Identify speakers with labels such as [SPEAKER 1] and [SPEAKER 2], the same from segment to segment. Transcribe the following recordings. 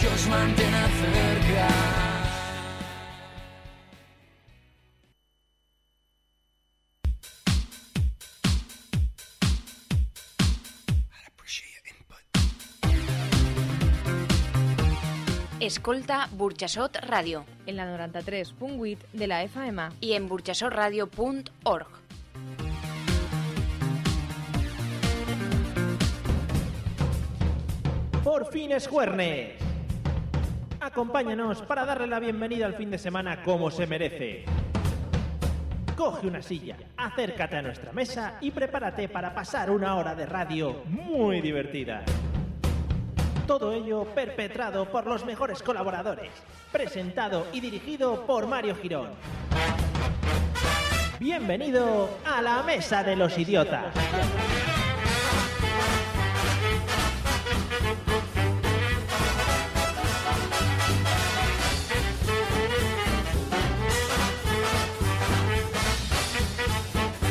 [SPEAKER 1] que os mantena cerca.
[SPEAKER 2] Escolta Burjasot Radio
[SPEAKER 3] en la 93.8 de la FMA.
[SPEAKER 2] y en burjasotradio.org.
[SPEAKER 4] Por fin es jueves. Acompáñanos para darle la bienvenida al fin de semana como se merece. Coge una silla, acércate a nuestra mesa y prepárate para pasar una hora de radio muy divertida. Todo ello perpetrado por los mejores colaboradores, presentado y dirigido por Mario Girón. Bienvenido a la Mesa de los Idiotas.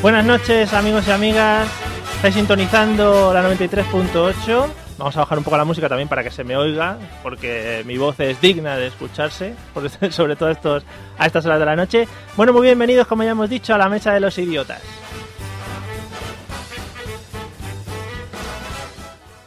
[SPEAKER 4] Buenas noches amigos y amigas, estáis sintonizando la 93.8. Vamos a bajar un poco la música también para que se me oiga, porque mi voz es digna de escucharse, por- sobre todo estos, a estas horas de la noche. Bueno, muy bienvenidos, como ya hemos dicho, a la Mesa de los Idiotas.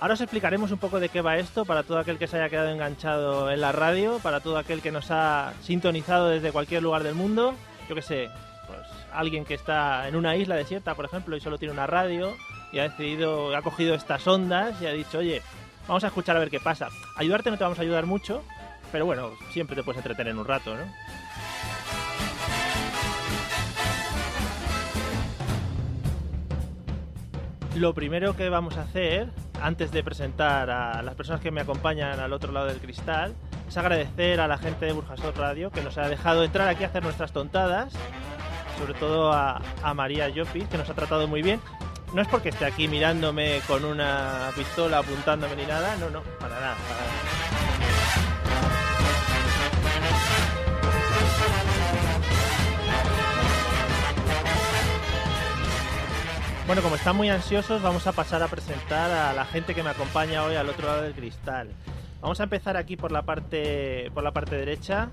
[SPEAKER 4] Ahora os explicaremos un poco de qué va esto para todo aquel que se haya quedado enganchado en la radio, para todo aquel que nos ha sintonizado desde cualquier lugar del mundo. Yo que sé, pues alguien que está en una isla desierta, por ejemplo, y solo tiene una radio y ha decidido, ha cogido estas ondas y ha dicho, oye, vamos a escuchar a ver qué pasa. Ayudarte no te vamos a ayudar mucho, pero bueno, siempre te puedes entretener un rato, ¿no? Lo primero que vamos a hacer, antes de presentar a las personas que me acompañan al otro lado del cristal, es agradecer a la gente de Burjasot Radio que nos ha dejado entrar aquí a hacer nuestras tontadas, sobre todo a, a María Llopis, que nos ha tratado muy bien. No es porque esté aquí mirándome con una pistola apuntándome ni nada, no, no, para nada, para nada. Bueno, como están muy ansiosos, vamos a pasar a presentar a la gente que me acompaña hoy al otro lado del cristal. Vamos a empezar aquí por la parte, por la parte derecha.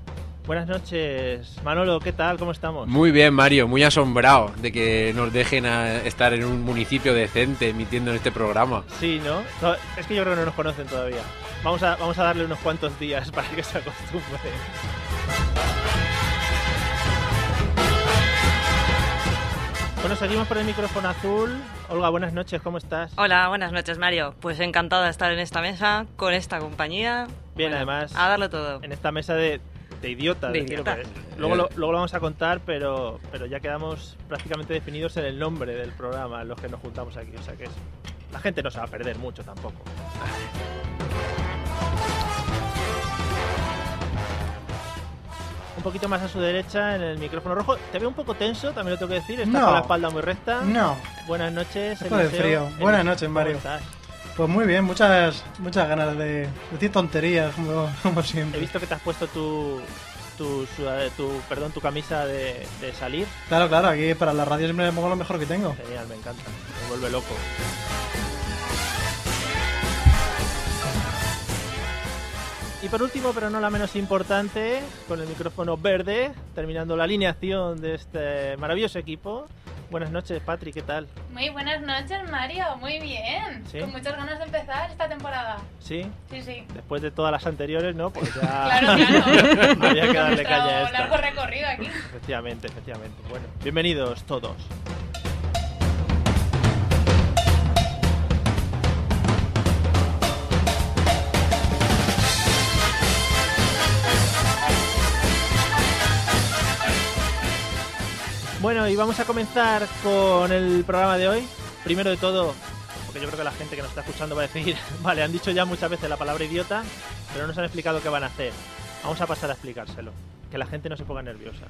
[SPEAKER 4] Buenas noches, Manolo, ¿qué tal? ¿Cómo estamos?
[SPEAKER 5] Muy bien, Mario, muy asombrado de que nos dejen a- estar en un municipio decente emitiendo este programa.
[SPEAKER 4] Sí, ¿no? No, Es que yo creo que no nos conocen todavía. Vamos a, vamos a darle unos cuantos días para que se acostumbre. Bueno, seguimos por el micrófono azul. Olga, buenas noches, ¿cómo estás?
[SPEAKER 6] Hola, buenas noches Mario. Pues encantada de estar en esta mesa, con esta compañía.
[SPEAKER 4] Bien,
[SPEAKER 6] Bueno,
[SPEAKER 4] además.
[SPEAKER 6] A darlo todo.
[SPEAKER 4] en esta mesa de, de idiotas.
[SPEAKER 6] De
[SPEAKER 4] es decir,
[SPEAKER 6] idiotas.
[SPEAKER 4] porque Luego, lo, luego lo vamos a contar, pero, pero ya quedamos prácticamente definidos en el nombre del programa, los que nos juntamos aquí. O sea que es- la gente no se va a perder mucho tampoco. Un poquito más a su derecha en el micrófono rojo. Te veo un poco tenso, también lo tengo que decir. Estás
[SPEAKER 7] No.
[SPEAKER 4] con la espalda muy recta.
[SPEAKER 7] No,
[SPEAKER 4] Buenas noches.
[SPEAKER 7] Esto de
[SPEAKER 4] Eliseo. Eh,
[SPEAKER 7] frío. Buenas noches,
[SPEAKER 4] ¿cómo
[SPEAKER 7] Mario.
[SPEAKER 4] estás?
[SPEAKER 7] pues muy bien, muchas muchas ganas de decir tonterías como, como
[SPEAKER 4] He
[SPEAKER 7] siempre.
[SPEAKER 4] visto que te has puesto tu, tu, sudade- tu- perdón, tu camisa de, de salir.
[SPEAKER 7] Claro, claro, aquí para la radio siempre me pongo lo mejor que tengo.
[SPEAKER 4] Genial, me encanta. Me vuelve loco. Y por último, pero no la menos importante, con el micrófono verde, terminando la alineación de este maravilloso equipo. Buenas noches, Patrick, ¿qué tal?
[SPEAKER 8] Muy buenas noches, Mario. Muy bien.
[SPEAKER 4] Sí.
[SPEAKER 8] Con muchas ganas de empezar esta temporada.
[SPEAKER 4] ¿Sí?
[SPEAKER 8] Sí, sí.
[SPEAKER 4] Después de todas las anteriores, ¿no? Pues ya
[SPEAKER 8] Claro, claro.
[SPEAKER 4] había que
[SPEAKER 8] Con
[SPEAKER 4] darle
[SPEAKER 8] nuestro
[SPEAKER 4] caña a esta.
[SPEAKER 8] largo recorrido aquí.
[SPEAKER 4] Efectivamente, efectivamente. Bueno, bienvenidos todos. Bueno, y vamos a comenzar con el programa de hoy. Primero de todo, porque yo creo que la gente que nos está escuchando va a decir, vale, han dicho ya muchas veces la palabra idiota, pero no nos han explicado qué van a hacer. Vamos a pasar a explicárselo. Que la gente no se ponga nerviosa.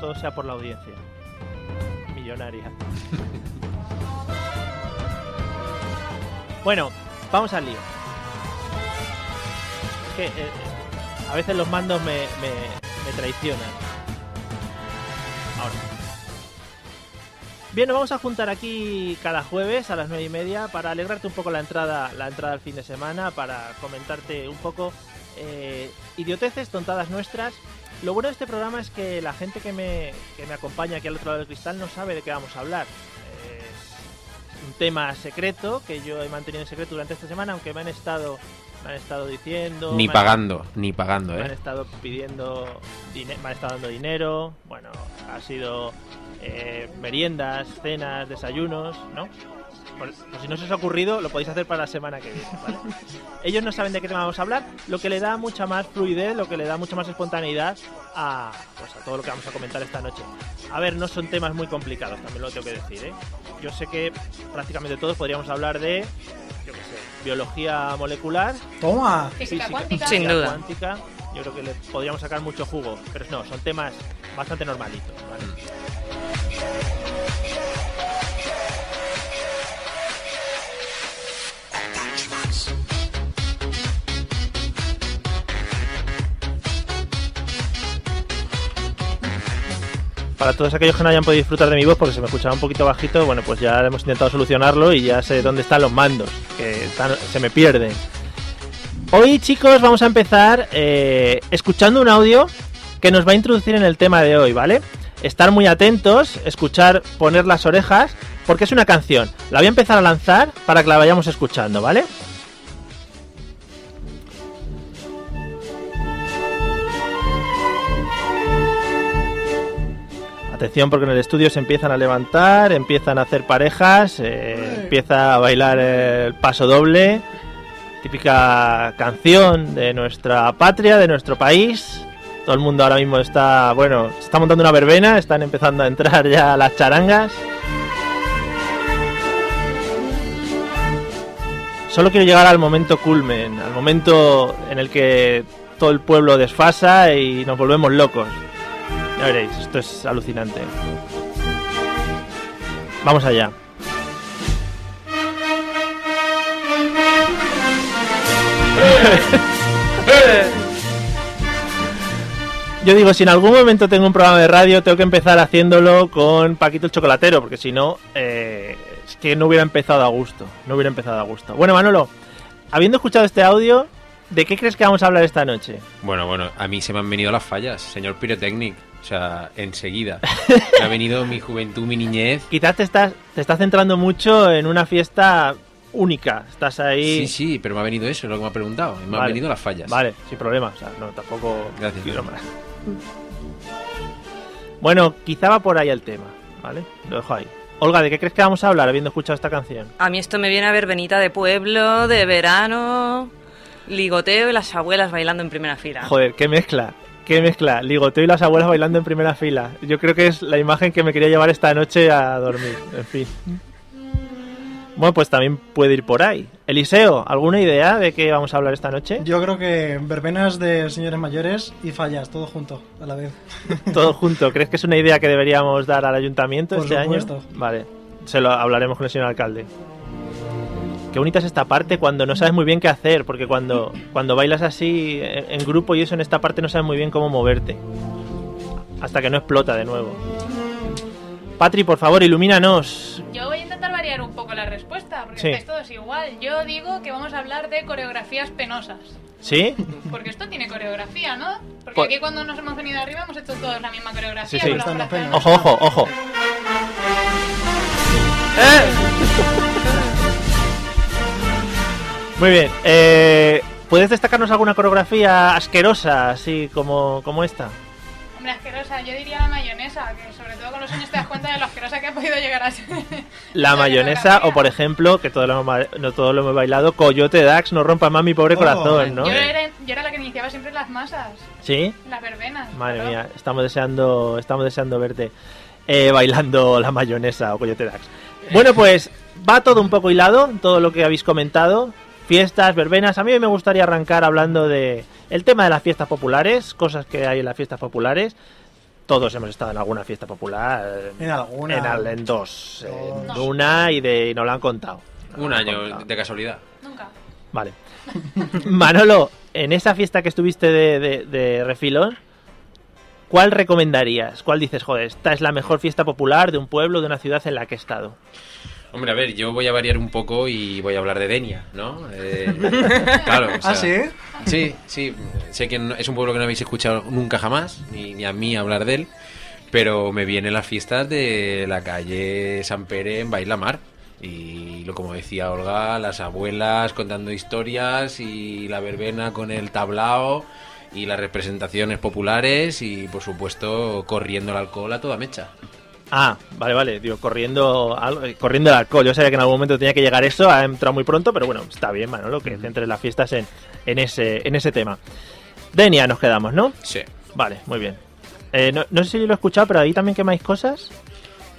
[SPEAKER 4] Todo sea por la audiencia. Millonaria. bueno, vamos al lío. Es que eh, a veces los mandos me, me- me traicionan. Ahora. Bien, nos vamos a juntar aquí cada jueves a las nueve y media para alegrarte un poco la entrada, la entrada al fin de semana, para comentarte un poco eh, idioteces, tontadas nuestras. Lo bueno de este programa es que la gente que me, que me acompaña aquí al otro lado del cristal no sabe de qué vamos a hablar. Es un tema secreto que yo he mantenido en secreto durante esta semana, aunque me han estado, me han estado diciendo.
[SPEAKER 5] Ni
[SPEAKER 4] me han-
[SPEAKER 5] pagando, ni pagando,
[SPEAKER 4] me han
[SPEAKER 5] ¿eh?
[SPEAKER 4] estado pidiendo, dine- me han estado dando dinero, bueno, ha sido eh, meriendas, cenas, desayunos, ¿no? Por, por si no se os ha ocurrido, lo podéis hacer para la semana que viene, ¿vale? Ellos no saben de qué tema vamos a hablar, lo que le da mucha más fluidez, lo que le da mucha más espontaneidad a, pues, a todo lo que vamos a comentar esta noche. A ver, no son temas muy complicados, también lo tengo que decir, ¿eh? Yo sé que prácticamente todos podríamos hablar de, yo qué sé, biología molecular,
[SPEAKER 7] Toma.
[SPEAKER 8] Física cuántica.
[SPEAKER 6] Sin
[SPEAKER 4] física
[SPEAKER 6] duda.
[SPEAKER 4] cuántica, yo creo que le podríamos sacar mucho jugo, pero no, son temas bastante normalitos. ¿vale? Para todos aquellos que no hayan podido disfrutar de mi voz porque se me escuchaba un poquito bajito, bueno, pues ya hemos intentado solucionarlo y ya sé dónde están los mandos, que están- se me pierden. Hoy, chicos, vamos a empezar eh, escuchando un audio que nos va a introducir en el tema de hoy, ¿vale? Estar muy atentos, escuchar, poner las orejas, porque es una canción. La voy a empezar a lanzar para que la vayamos escuchando, ¿vale? Atención porque en el estudio se empiezan a levantar, empiezan a hacer parejas, eh, empieza a bailar el paso doble, típica canción de nuestra patria, de nuestro país. Todo el mundo ahora mismo está, bueno, se está montando una verbena, están empezando a entrar ya las charangas. Solo quiero llegar al momento culmen, al momento en el que todo el pueblo desfasa y nos volvemos locos. Ya veréis, esto es alucinante. Vamos allá. Yo digo, si en algún momento tengo un programa de radio, tengo que empezar haciéndolo con Paquito el Chocolatero, porque si no, eh, es que no hubiera empezado a gusto. No hubiera empezado a gusto. Bueno, Manolo, habiendo escuchado este audio, ¿de qué crees que vamos a hablar esta noche?
[SPEAKER 5] Bueno, bueno, a mí se me han venido las fallas, señor Pyrotechnic. O sea, enseguida. Me ha venido mi juventud, mi niñez.
[SPEAKER 4] Quizás te estás, te estás centrando mucho en una fiesta única. Estás ahí.
[SPEAKER 5] Sí, sí, pero me ha venido eso, lo que me ha preguntado. Me han
[SPEAKER 4] Vale.
[SPEAKER 5] venido las fallas.
[SPEAKER 4] Vale, sin problema. O sea, no, tampoco.
[SPEAKER 5] Gracias.
[SPEAKER 4] quiero más. Bueno, quizá va por ahí el tema, ¿vale? Lo dejo ahí. Olga, ¿de qué crees que vamos a hablar habiendo escuchado esta canción?
[SPEAKER 6] A mí esto me viene a ver venita de pueblo, de verano, ligoteo y las abuelas bailando en primera fila.
[SPEAKER 4] Joder, qué mezcla. Qué mezcla. Ligoteo y las abuelas bailando en primera fila. Yo creo que es la imagen que me quería llevar esta noche a dormir. En fin. Bueno, pues también puede ir por ahí. Eliseo, ¿alguna idea de qué vamos a hablar esta noche?
[SPEAKER 7] Yo creo que verbenas de señores mayores y fallas, todo junto a la vez.
[SPEAKER 4] Todo junto. ¿Crees que es una idea que deberíamos dar al ayuntamiento
[SPEAKER 7] Por
[SPEAKER 4] este año?
[SPEAKER 7] supuesto.
[SPEAKER 4] Vale. Se lo hablaremos con el señor alcalde. Qué bonita es esta parte cuando no sabes muy bien qué hacer, porque cuando, cuando bailas así en en grupo y eso en esta parte no sabes muy bien cómo moverte. Hasta que no explota de nuevo. Patri, por favor, ilumínanos.
[SPEAKER 8] Yo voy a intentar variar un poco la respuesta, porque
[SPEAKER 4] Sí.
[SPEAKER 8] estáis todos igual. Yo digo que vamos a hablar de coreografías penosas.
[SPEAKER 4] ¿Sí?
[SPEAKER 8] Porque esto tiene coreografía, ¿no? Porque
[SPEAKER 4] Por-
[SPEAKER 8] aquí cuando nos hemos venido arriba hemos hecho todos la misma coreografía.
[SPEAKER 4] Pues Sí, sí.
[SPEAKER 8] con los
[SPEAKER 7] Están los
[SPEAKER 8] brazos-
[SPEAKER 7] pelos.
[SPEAKER 4] Ojo, ojo, ojo. Muy bien. eh, ¿Puedes destacarnos alguna coreografía asquerosa, así como, como esta?
[SPEAKER 8] Hombre, asquerosa. Yo diría la mayonesa, que sobre todo con los años te das cuenta de lo asquerosa que ha podido llegar a ser.
[SPEAKER 4] La mayonesa, o por ejemplo, que todo lo, hemos ba- no todo lo hemos bailado, Coyote Dax, no rompa más mi pobre
[SPEAKER 7] Oh,
[SPEAKER 4] corazón, ¿no?
[SPEAKER 8] Yo, era, yo era la que iniciaba siempre las masas,
[SPEAKER 4] ¿Sí?
[SPEAKER 8] las verbenas.
[SPEAKER 4] Madre
[SPEAKER 8] claro.
[SPEAKER 4] mía, estamos deseando, estamos deseando verte eh, bailando la mayonesa o Coyote Dax. Bueno, pues va todo un poco hilado, todo lo que habéis comentado. fiestas, verbenas. A mí me gustaría arrancar hablando de el tema de las fiestas populares, cosas que hay en las fiestas populares. Todos hemos estado en alguna fiesta popular. eh,
[SPEAKER 7] En alguna.
[SPEAKER 4] En, al- en dos. En
[SPEAKER 7] Dos.
[SPEAKER 4] una y, de, y nos la han contado. Nos
[SPEAKER 5] Un
[SPEAKER 4] lo han
[SPEAKER 5] año
[SPEAKER 4] contado.
[SPEAKER 5] de casualidad.
[SPEAKER 8] Nunca.
[SPEAKER 4] Vale. Manolo, en esa fiesta que estuviste de, de, de refilón, ¿cuál recomendarías? ¿Cuál dices, joder, esta es la mejor fiesta popular de un pueblo, de una ciudad en la que he estado?
[SPEAKER 5] Hombre, a ver, yo voy a variar un poco y voy a hablar de Denia, ¿no? Eh, claro. o sea,
[SPEAKER 7] Ah, sí.
[SPEAKER 5] Sí, sí. Sé que no- es un pueblo que no habéis escuchado nunca jamás, ni, ni a mí hablar de él, pero me vienen las fiestas de la calle San Pere en Bailamar. Y lo como decía Olga, las abuelas contando historias y la verbena con el tablao y las representaciones populares y por supuesto corriendo el alcohol a toda mecha.
[SPEAKER 4] Ah, vale, vale, digo, corriendo, al- eh, corriendo el alcohol. Yo sabía que en algún momento tenía que llegar eso, ha entrado muy pronto, pero bueno, está bien, Manolo, que centres las fiestas en, en, ese, en ese tema. Denia, nos quedamos, ¿no?
[SPEAKER 5] Sí.
[SPEAKER 4] Vale, muy bien. Eh, no, no sé si lo he escuchado, pero ahí también quemáis cosas.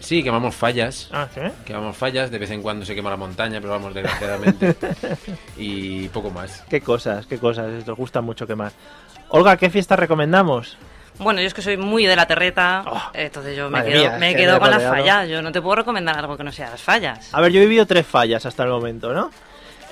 [SPEAKER 5] Sí, quemamos fallas.
[SPEAKER 4] Ah, sí.
[SPEAKER 5] Quemamos fallas, de vez en cuando se quema la montaña, pero vamos, desgraciadamente. y poco más.
[SPEAKER 4] Qué cosas, qué cosas, os gusta mucho quemar. Olga, ¿qué fiesta recomendamos?
[SPEAKER 6] Bueno, yo es que soy muy de la terreta,
[SPEAKER 4] Oh,
[SPEAKER 6] entonces yo me
[SPEAKER 4] madre
[SPEAKER 6] quedo,
[SPEAKER 4] mía,
[SPEAKER 6] me
[SPEAKER 4] es que
[SPEAKER 6] quedo
[SPEAKER 4] me he
[SPEAKER 6] con las
[SPEAKER 4] rodeado.
[SPEAKER 6] fallas. Yo no te puedo recomendar algo que no sea las fallas.
[SPEAKER 4] A ver, yo he vivido tres fallas hasta el momento, ¿no?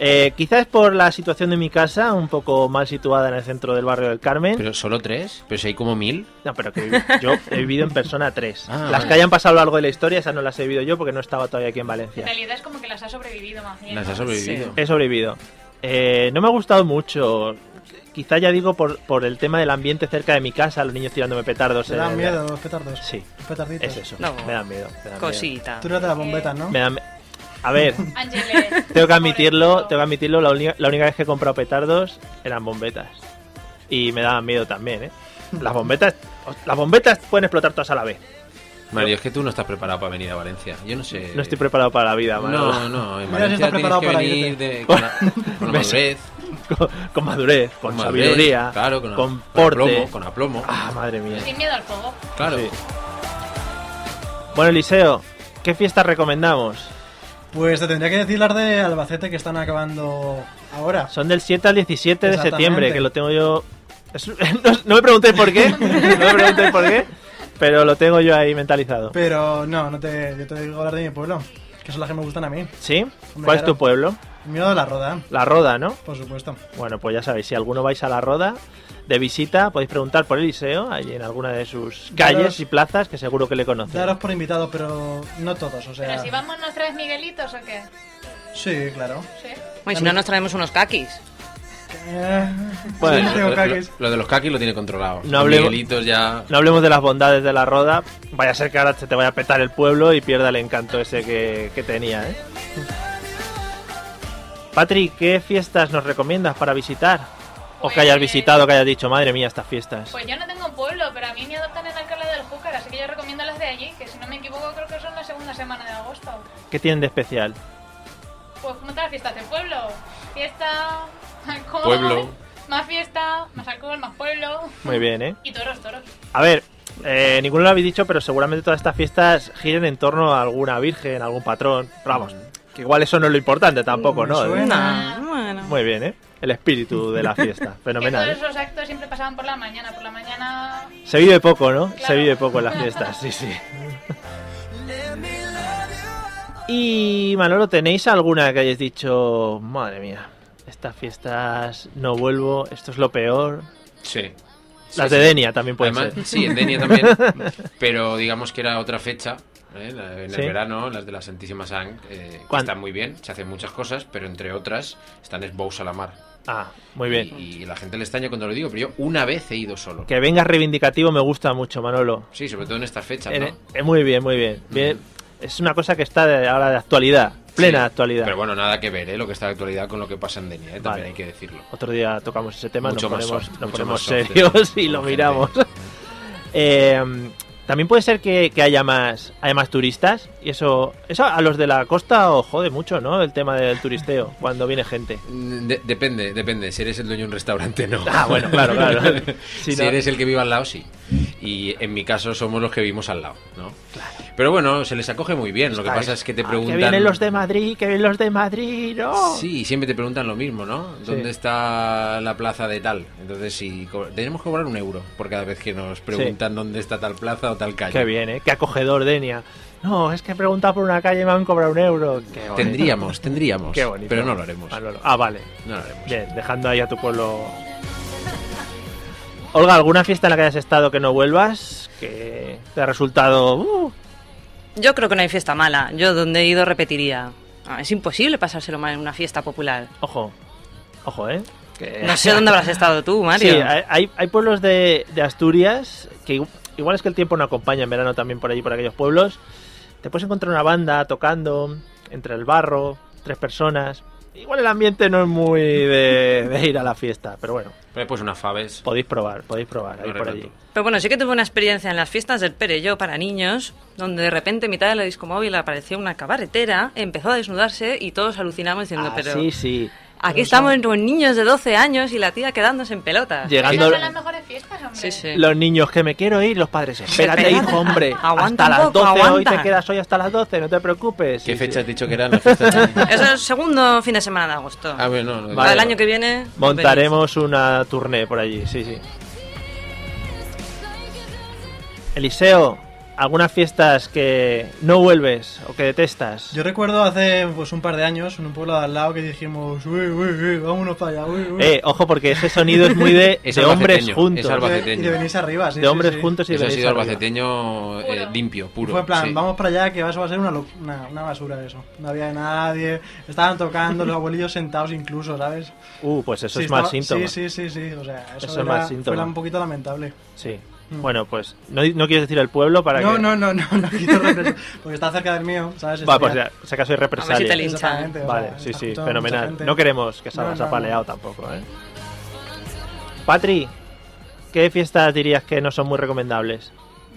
[SPEAKER 4] Eh, quizás por la situación de mi casa, un poco mal situada en el centro del barrio del Carmen.
[SPEAKER 5] ¿Pero solo tres? ¿Pero si hay como mil?
[SPEAKER 4] No, pero que vi- yo he vivido en persona tres.
[SPEAKER 5] Ah,
[SPEAKER 4] las
[SPEAKER 5] vale.
[SPEAKER 4] que hayan pasado a lo largo de la historia, esas no las he vivido yo porque no estaba todavía aquí en
[SPEAKER 8] En
[SPEAKER 4] Valencia.
[SPEAKER 8] realidad es como que las ha sobrevivido más bien.
[SPEAKER 5] Las
[SPEAKER 8] ¿no?
[SPEAKER 5] ha sobrevivido.
[SPEAKER 4] He sobrevivido. Eh, no me ha gustado mucho. Quizá ya digo por, por el tema del ambiente cerca de mi casa, los niños tirándome petardos.
[SPEAKER 7] Te
[SPEAKER 4] en
[SPEAKER 7] dan
[SPEAKER 4] el-
[SPEAKER 7] miedo los petardos.
[SPEAKER 4] Sí,
[SPEAKER 7] Los petarditos.
[SPEAKER 4] es eso.
[SPEAKER 6] No.
[SPEAKER 4] Me da miedo. me da miedo.
[SPEAKER 6] Cosita.
[SPEAKER 7] Tú eres de las bombetas, ¿no?
[SPEAKER 4] Me da mi- A ver,
[SPEAKER 8] Ángeles.
[SPEAKER 4] Tengo que admitirlo, tengo que admitirlo, la única, la única vez que he comprado petardos eran bombetas. Y me daban miedo también, ¿eh? Las bombetas, las bombetas pueden explotar todas a la vez.
[SPEAKER 5] Mario, es que tú no estás preparado para venir a Valencia. Yo no sé.
[SPEAKER 4] No estoy preparado para la vida, Manolo.
[SPEAKER 5] No, no, en
[SPEAKER 7] Mira si
[SPEAKER 5] Valencia
[SPEAKER 7] está
[SPEAKER 5] tienes
[SPEAKER 7] preparado
[SPEAKER 5] que
[SPEAKER 7] para
[SPEAKER 5] venir
[SPEAKER 7] irte.
[SPEAKER 5] de, con la, con la
[SPEAKER 4] Ves.
[SPEAKER 5] madurez,
[SPEAKER 4] Con, con madurez, con,
[SPEAKER 5] madurez,
[SPEAKER 4] sabiduría,
[SPEAKER 5] claro, con,
[SPEAKER 4] con
[SPEAKER 5] con
[SPEAKER 4] porte.
[SPEAKER 5] aplomo, con aplomo.
[SPEAKER 4] Ah, madre mía.
[SPEAKER 8] Sin miedo al fuego.
[SPEAKER 5] claro.
[SPEAKER 4] sí. Bueno, Eliseo, ¿qué fiestas recomendamos?
[SPEAKER 7] Pues te tendría que decir las de Albacete que están acabando ahora.
[SPEAKER 4] Son del 7 al 17 de
[SPEAKER 7] Exactamente.
[SPEAKER 4] septiembre, que lo tengo yo... es- No, no me preguntéis por qué, no me preguntéis por qué, pero lo tengo yo ahí mentalizado.
[SPEAKER 7] Pero no, no te, yo te digo las de mi pueblo, que son las que me gustan a mí.
[SPEAKER 4] ¿Sí? ¿Cuál es tu
[SPEAKER 7] claro.
[SPEAKER 4] pueblo?
[SPEAKER 7] El mío de la roda,
[SPEAKER 4] La Roda, ¿no?
[SPEAKER 7] por supuesto.
[SPEAKER 4] Bueno, pues ya sabéis, si alguno vais a la Roda de visita, podéis preguntar por Eliseo, allí en alguna de sus calles
[SPEAKER 7] Daros-
[SPEAKER 4] y plazas, que seguro que le conoce.
[SPEAKER 7] Daros por invitados, pero no todos, o sea.
[SPEAKER 8] Pero si vamos nuestra vez Miguelitos o qué?
[SPEAKER 7] Sí, claro.
[SPEAKER 8] Sí.
[SPEAKER 6] Bueno, y si no, nos traemos unos kakis.
[SPEAKER 7] Eh,
[SPEAKER 4] Bueno.
[SPEAKER 7] tengo
[SPEAKER 5] Lo, lo-
[SPEAKER 7] caques.
[SPEAKER 5] lo de los kakis lo tiene controlado.
[SPEAKER 4] No hablemos-
[SPEAKER 5] Miguelitos ya.
[SPEAKER 4] No hablemos de las bondades de la Roda, vaya a ser que ahora se te vaya a petar el pueblo y pierda el encanto ese que, que tenía, ¿eh? Patrick, ¿qué fiestas nos recomiendas para visitar? O que hayas
[SPEAKER 8] Pues-
[SPEAKER 4] visitado, que hayas dicho, madre mía, estas fiestas.
[SPEAKER 8] Pues yo no tengo pueblo, pero a mí me adoptan en Alcalá del Júcar, así que yo recomiendo las de allí, que si no me equivoco creo que son la segunda semana de agosto.
[SPEAKER 4] ¿Qué tienen de especial?
[SPEAKER 8] Pues como todas las fiestas de pueblo. Fiesta, alcohol,
[SPEAKER 5] Pueblo.
[SPEAKER 8] más fiesta, más alcohol, más pueblo.
[SPEAKER 4] Muy bien, ¿eh?
[SPEAKER 8] Y toros, toros.
[SPEAKER 4] A ver, eh, ninguno lo habéis dicho, pero seguramente todas estas fiestas giren en torno a alguna virgen, algún patrón. Pero vamos, que igual eso no es lo importante tampoco,
[SPEAKER 7] Me
[SPEAKER 4] ¿no?
[SPEAKER 7] suena.
[SPEAKER 6] No, bueno.
[SPEAKER 4] Muy bien, ¿eh? El espíritu de la fiesta,
[SPEAKER 8] Que
[SPEAKER 4] fenomenal.
[SPEAKER 8] todos
[SPEAKER 4] ¿eh?
[SPEAKER 8] esos actos siempre pasaban por la mañana. Por la mañana
[SPEAKER 4] Se vive poco, ¿no? Se
[SPEAKER 8] Claro.
[SPEAKER 4] vive poco en las fiestas, sí, sí. Y Manolo, ¿tenéis alguna que hayáis dicho, madre mía, estas fiestas no vuelvo, esto es lo peor?
[SPEAKER 5] Sí.
[SPEAKER 4] Las
[SPEAKER 5] Sí,
[SPEAKER 4] de
[SPEAKER 5] sí.
[SPEAKER 4] Denia también pueden
[SPEAKER 5] Además,
[SPEAKER 4] ser.
[SPEAKER 5] sí, en Denia también. pero digamos que era otra fecha. ¿eh? La- En el
[SPEAKER 4] Sí.
[SPEAKER 5] verano, las de la Santísima Sang eh, que
[SPEAKER 4] ¿Cuán-
[SPEAKER 5] están muy bien, se hacen muchas cosas, pero entre otras están esbows a la mar.
[SPEAKER 4] Ah, muy bien.
[SPEAKER 5] Y, y la gente le extraña cuando lo digo, pero yo una vez he ido solo.
[SPEAKER 4] Que vengas reivindicativo me gusta mucho, Manolo.
[SPEAKER 5] Sí, sobre todo en estas fechas,
[SPEAKER 4] En-
[SPEAKER 5] ¿no?
[SPEAKER 4] eh, muy bien, muy bien. Bien, Es una cosa que está de, ahora de actualidad, plena
[SPEAKER 5] Sí,
[SPEAKER 4] actualidad.
[SPEAKER 5] Pero bueno, nada que ver, ¿eh? Lo que está de actualidad con lo que pasa en Denia, ¿eh?
[SPEAKER 4] Vale.
[SPEAKER 5] También hay que decirlo.
[SPEAKER 4] Otro día tocamos ese tema,
[SPEAKER 5] Mucho
[SPEAKER 4] nos
[SPEAKER 5] más
[SPEAKER 4] ponemos,
[SPEAKER 5] soft,
[SPEAKER 4] nos
[SPEAKER 5] mucho
[SPEAKER 4] ponemos
[SPEAKER 5] más soft,
[SPEAKER 4] serios
[SPEAKER 5] eh,
[SPEAKER 4] y lo
[SPEAKER 5] como
[SPEAKER 4] miramos. Eh, también puede ser que, que haya más haya más turistas y eso eso a los de la costa os jode mucho, ¿no? El tema del turisteo cuando viene gente.
[SPEAKER 5] Mm, de- depende, depende. Si eres el dueño de un restaurante, no.
[SPEAKER 4] Ah, bueno, claro, claro. Si
[SPEAKER 5] si
[SPEAKER 4] no-
[SPEAKER 5] eres el que vive al lado, sí. Y en mi caso somos los que vivimos al lado, ¿no? Pero bueno, se les acoge muy bien. Lo que
[SPEAKER 9] Estáis-
[SPEAKER 5] pasa es que te
[SPEAKER 4] Ah,
[SPEAKER 5] preguntan.
[SPEAKER 4] que vienen los de Madrid, que vienen los de Madrid, ¿no?
[SPEAKER 5] Sí, siempre te preguntan lo mismo, ¿no?
[SPEAKER 4] ¡Oh! Sí.
[SPEAKER 5] ¿Dónde está la plaza de tal? Entonces, si co- tenemos que cobrar un euro por cada vez que nos preguntan dónde está tal plaza o tal calle.
[SPEAKER 4] Qué bien, ¿eh? Qué acogedor, Denia. No, es que he preguntado por una calle y me han cobrado un euro. Qué bonito.
[SPEAKER 5] Tendríamos, tendríamos.
[SPEAKER 4] Qué bonito.
[SPEAKER 5] Pero no lo haremos.
[SPEAKER 4] Ah, no lo- ah, vale.
[SPEAKER 5] No lo haremos.
[SPEAKER 4] Bien, dejando ahí a tu pueblo. Olga, ¿alguna fiesta en la que hayas estado que no vuelvas? Que te ha resultado. uh,
[SPEAKER 6] Yo creo que no hay fiesta mala. Yo donde he ido repetiría. Ah, es imposible pasárselo mal en una fiesta popular.
[SPEAKER 4] ojo. Ojo, ¿eh? Que-
[SPEAKER 6] No sé dónde habrás estado tú, Mario.
[SPEAKER 4] Sí, hay- hay, hay pueblos de, de Asturias que igu- igual es que el tiempo no acompaña en verano también por allí, por aquellos pueblos. Te puedes encontrar una banda tocando entre el barro, tres personas. Igual el ambiente no es muy de, de ir a la fiesta, pero bueno,
[SPEAKER 5] Pero después unas faves.
[SPEAKER 4] podéis probar, podéis probar ahí
[SPEAKER 5] No
[SPEAKER 4] por
[SPEAKER 5] recuerdo.
[SPEAKER 4] allí.
[SPEAKER 6] Pero bueno, sí que tuve una experiencia en las fiestas del Perello para niños, donde de repente en mitad de la discomóvil apareció una cabaretera, empezó a desnudarse y todos alucinamos diciendo,
[SPEAKER 4] Ah,
[SPEAKER 6] pero
[SPEAKER 4] sí, sí.
[SPEAKER 6] aquí estamos con niños de 12 años y la tía quedándose en pelotas.
[SPEAKER 8] Esas
[SPEAKER 4] Llegando
[SPEAKER 8] son las mejores fiestas, hombre.
[SPEAKER 6] Sí, sí.
[SPEAKER 4] los niños que me quiero ir, los padres, espérate,
[SPEAKER 6] Espérate.
[SPEAKER 4] hijo, hombre.
[SPEAKER 6] Aguanta
[SPEAKER 4] hasta
[SPEAKER 6] un
[SPEAKER 4] las
[SPEAKER 6] poco,
[SPEAKER 4] 12, hoy
[SPEAKER 6] aguanta.
[SPEAKER 4] te quedas hoy hasta las 12, no te preocupes.
[SPEAKER 5] ¿Qué
[SPEAKER 4] Sí,
[SPEAKER 5] fecha
[SPEAKER 4] sí.
[SPEAKER 5] has dicho que eran las fiestas? Dani?
[SPEAKER 6] Es el segundo fin de semana de agosto.
[SPEAKER 5] ah, bueno, no.
[SPEAKER 6] Para el
[SPEAKER 4] Vale.
[SPEAKER 6] año que viene...
[SPEAKER 4] Montaremos una tournée por allí, sí, sí. Eliseo, ¿algunas fiestas que no vuelves o que detestas?
[SPEAKER 7] Yo recuerdo hace pues un par de años en un pueblo de al lado que dijimos, uy, uy, uy, vámonos para allá, uy, uy.
[SPEAKER 4] Eh, ojo, porque ese sonido es muy de,
[SPEAKER 5] Es
[SPEAKER 4] de hombres
[SPEAKER 5] albaceteño,
[SPEAKER 4] juntos.
[SPEAKER 5] es
[SPEAKER 7] Y de-
[SPEAKER 5] albaceteño.
[SPEAKER 7] y de venirse arriba, sí.
[SPEAKER 4] de
[SPEAKER 7] sí,
[SPEAKER 4] hombres
[SPEAKER 7] sí.
[SPEAKER 4] juntos y
[SPEAKER 5] Eso ha
[SPEAKER 4] venís
[SPEAKER 5] sido
[SPEAKER 4] arriba.
[SPEAKER 5] albaceteño eh,
[SPEAKER 8] Puro.
[SPEAKER 5] limpio, puro.
[SPEAKER 7] Fue en plan,
[SPEAKER 5] sí.
[SPEAKER 7] vamos para allá, que eso va a ser una, lo- una, una basura eso. No había nadie, estaban tocando los abuelillos sentados incluso, ¿sabes?
[SPEAKER 4] Uh, pues eso
[SPEAKER 7] Sí,
[SPEAKER 4] es más síntoma.
[SPEAKER 7] estaba-
[SPEAKER 4] Sí,
[SPEAKER 7] Sí, sí, sí, sí, o sea,
[SPEAKER 4] Eso
[SPEAKER 7] eso,
[SPEAKER 4] es
[SPEAKER 7] era-
[SPEAKER 4] mal síntoma.
[SPEAKER 7] fue un poquito lamentable. Mm.
[SPEAKER 4] Bueno, pues no, no quieres decir el pueblo para
[SPEAKER 7] No,
[SPEAKER 4] que...
[SPEAKER 7] no, no, no, no quito represión, porque está cerca del mío, ¿sabes?
[SPEAKER 4] Va,
[SPEAKER 7] Estaría-
[SPEAKER 4] pues ya, si acaso hay
[SPEAKER 6] A ver si
[SPEAKER 4] represalia.
[SPEAKER 6] te
[SPEAKER 8] ¿eh?
[SPEAKER 6] linchan.
[SPEAKER 7] Exactamente, o sea,
[SPEAKER 4] Vale, sí,
[SPEAKER 7] está
[SPEAKER 4] sí,
[SPEAKER 7] escuchando mucha
[SPEAKER 4] fenomenal.
[SPEAKER 7] gente.
[SPEAKER 4] No queremos que salgas
[SPEAKER 7] No, no,
[SPEAKER 4] apaleado
[SPEAKER 7] no.
[SPEAKER 4] tampoco, ¿eh? Patri, ¿qué fiestas dirías que no son muy recomendables?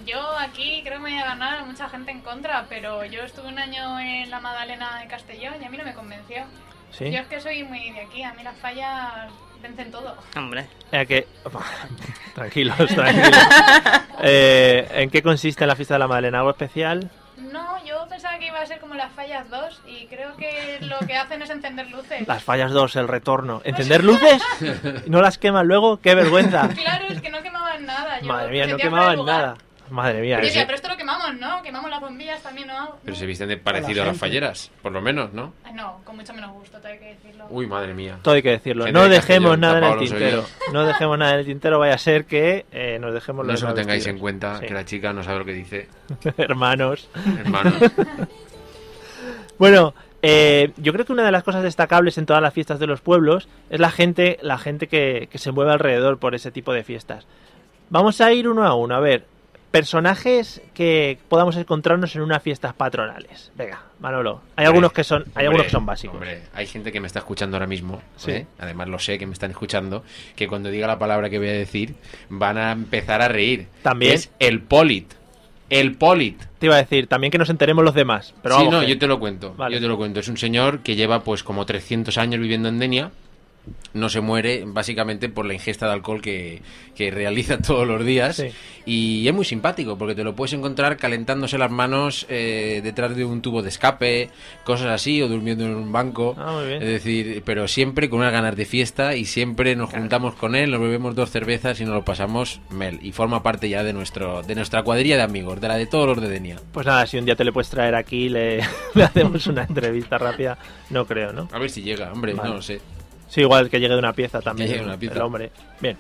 [SPEAKER 8] Yo aquí creo que me voy a ganar a mucha gente en contra, pero yo estuve un año en la Madalena de Castellón y a mí no me convenció.
[SPEAKER 4] ¿Sí?
[SPEAKER 8] Yo es que soy muy de aquí, a mí las fallas vencen todo.
[SPEAKER 6] Hombre,
[SPEAKER 4] Eh, que... tranquilos, tranquilos. Eh, ¿En qué consiste la fiesta de la Madalena? ¿Algo especial?
[SPEAKER 8] No, yo pensaba que iba a ser como las fallas 2 y creo que lo que hacen es encender luces.
[SPEAKER 4] Las fallas 2, el retorno. ¿Encender luces? ¿No las queman luego? ¡Qué vergüenza!
[SPEAKER 8] Claro, es que no quemaban nada. Yo
[SPEAKER 4] Madre
[SPEAKER 8] me
[SPEAKER 4] mía, no
[SPEAKER 8] sentía fuera de
[SPEAKER 4] quemaban
[SPEAKER 8] lugar.
[SPEAKER 4] nada. Madre mía,
[SPEAKER 8] Yo
[SPEAKER 4] que
[SPEAKER 8] decía,
[SPEAKER 4] sí.
[SPEAKER 8] pero esto lo quemamos, ¿no? Quemamos las bombillas también, ¿no?
[SPEAKER 5] Pero se visten de parecido a las
[SPEAKER 7] gente.
[SPEAKER 5] falleras, por lo menos, ¿no?
[SPEAKER 8] Ah, No, con mucho menos gusto, tengo que decirlo.
[SPEAKER 5] Uy, madre mía.
[SPEAKER 4] Todo hay que decirlo.
[SPEAKER 5] Gente
[SPEAKER 4] No
[SPEAKER 5] de
[SPEAKER 4] dejemos
[SPEAKER 5] Castellón,
[SPEAKER 4] nada en el
[SPEAKER 5] tapaos los
[SPEAKER 4] tintero.
[SPEAKER 5] oídos.
[SPEAKER 4] No dejemos nada en el tintero. Vaya a ser que eh, nos dejemos
[SPEAKER 5] No
[SPEAKER 4] los
[SPEAKER 5] eso lo
[SPEAKER 4] demás
[SPEAKER 5] tengáis en
[SPEAKER 4] vestidos.
[SPEAKER 5] cuenta,
[SPEAKER 4] Sí.
[SPEAKER 5] que la chica no sabe lo que dice.
[SPEAKER 4] Hermanos.
[SPEAKER 5] Hermanos.
[SPEAKER 4] Bueno, eh, yo creo que una de las cosas destacables en todas las fiestas de los pueblos es la gente, la gente que, que se mueve alrededor por ese tipo de fiestas. Vamos a ir uno a uno, a ver, personajes que podamos encontrarnos en unas fiestas patronales. Venga, Manolo, hay algunos que son, hay
[SPEAKER 5] Hombre,
[SPEAKER 4] algunos que son básicos.
[SPEAKER 5] Hombre, hay gente que me está escuchando ahora mismo.
[SPEAKER 4] Sí.
[SPEAKER 5] ¿eh? Además, lo sé que me están escuchando. Que cuando diga la palabra que voy a decir, van a empezar a reír.
[SPEAKER 4] También.
[SPEAKER 5] Es el Polit. El Polit.
[SPEAKER 4] Te iba a decir, también que nos enteremos los demás. Pero
[SPEAKER 5] sí,
[SPEAKER 4] vamos,
[SPEAKER 5] no,
[SPEAKER 4] que-
[SPEAKER 5] yo te lo cuento.
[SPEAKER 4] Vale.
[SPEAKER 5] Yo te lo cuento. Es un señor que lleva pues como 300 años viviendo en Denia. No se muere básicamente por la ingesta de alcohol que, que realiza todos los días.
[SPEAKER 4] Sí.
[SPEAKER 5] Y es muy simpático porque te lo puedes encontrar calentándose las manos eh, detrás de un tubo de escape, cosas así, o durmiendo en un banco.
[SPEAKER 4] Ah, muy bien.
[SPEAKER 5] Es decir, pero siempre con unas ganas de fiesta y siempre nos juntamos con él, nos bebemos dos cervezas y nos lo pasamos mel. Y forma parte ya de, nuestro, de nuestra cuadrilla de amigos, de la de todos los de Denia.
[SPEAKER 4] Pues nada, si un día te le puedes traer aquí, le, le hacemos una entrevista rápida. No creo, ¿no?
[SPEAKER 5] A ver si llega, hombre,
[SPEAKER 4] Vale.
[SPEAKER 5] no lo sé.
[SPEAKER 4] Sí, igual que llegue de una pieza también.
[SPEAKER 5] llegue de una pieza.
[SPEAKER 4] El hombre. Bien.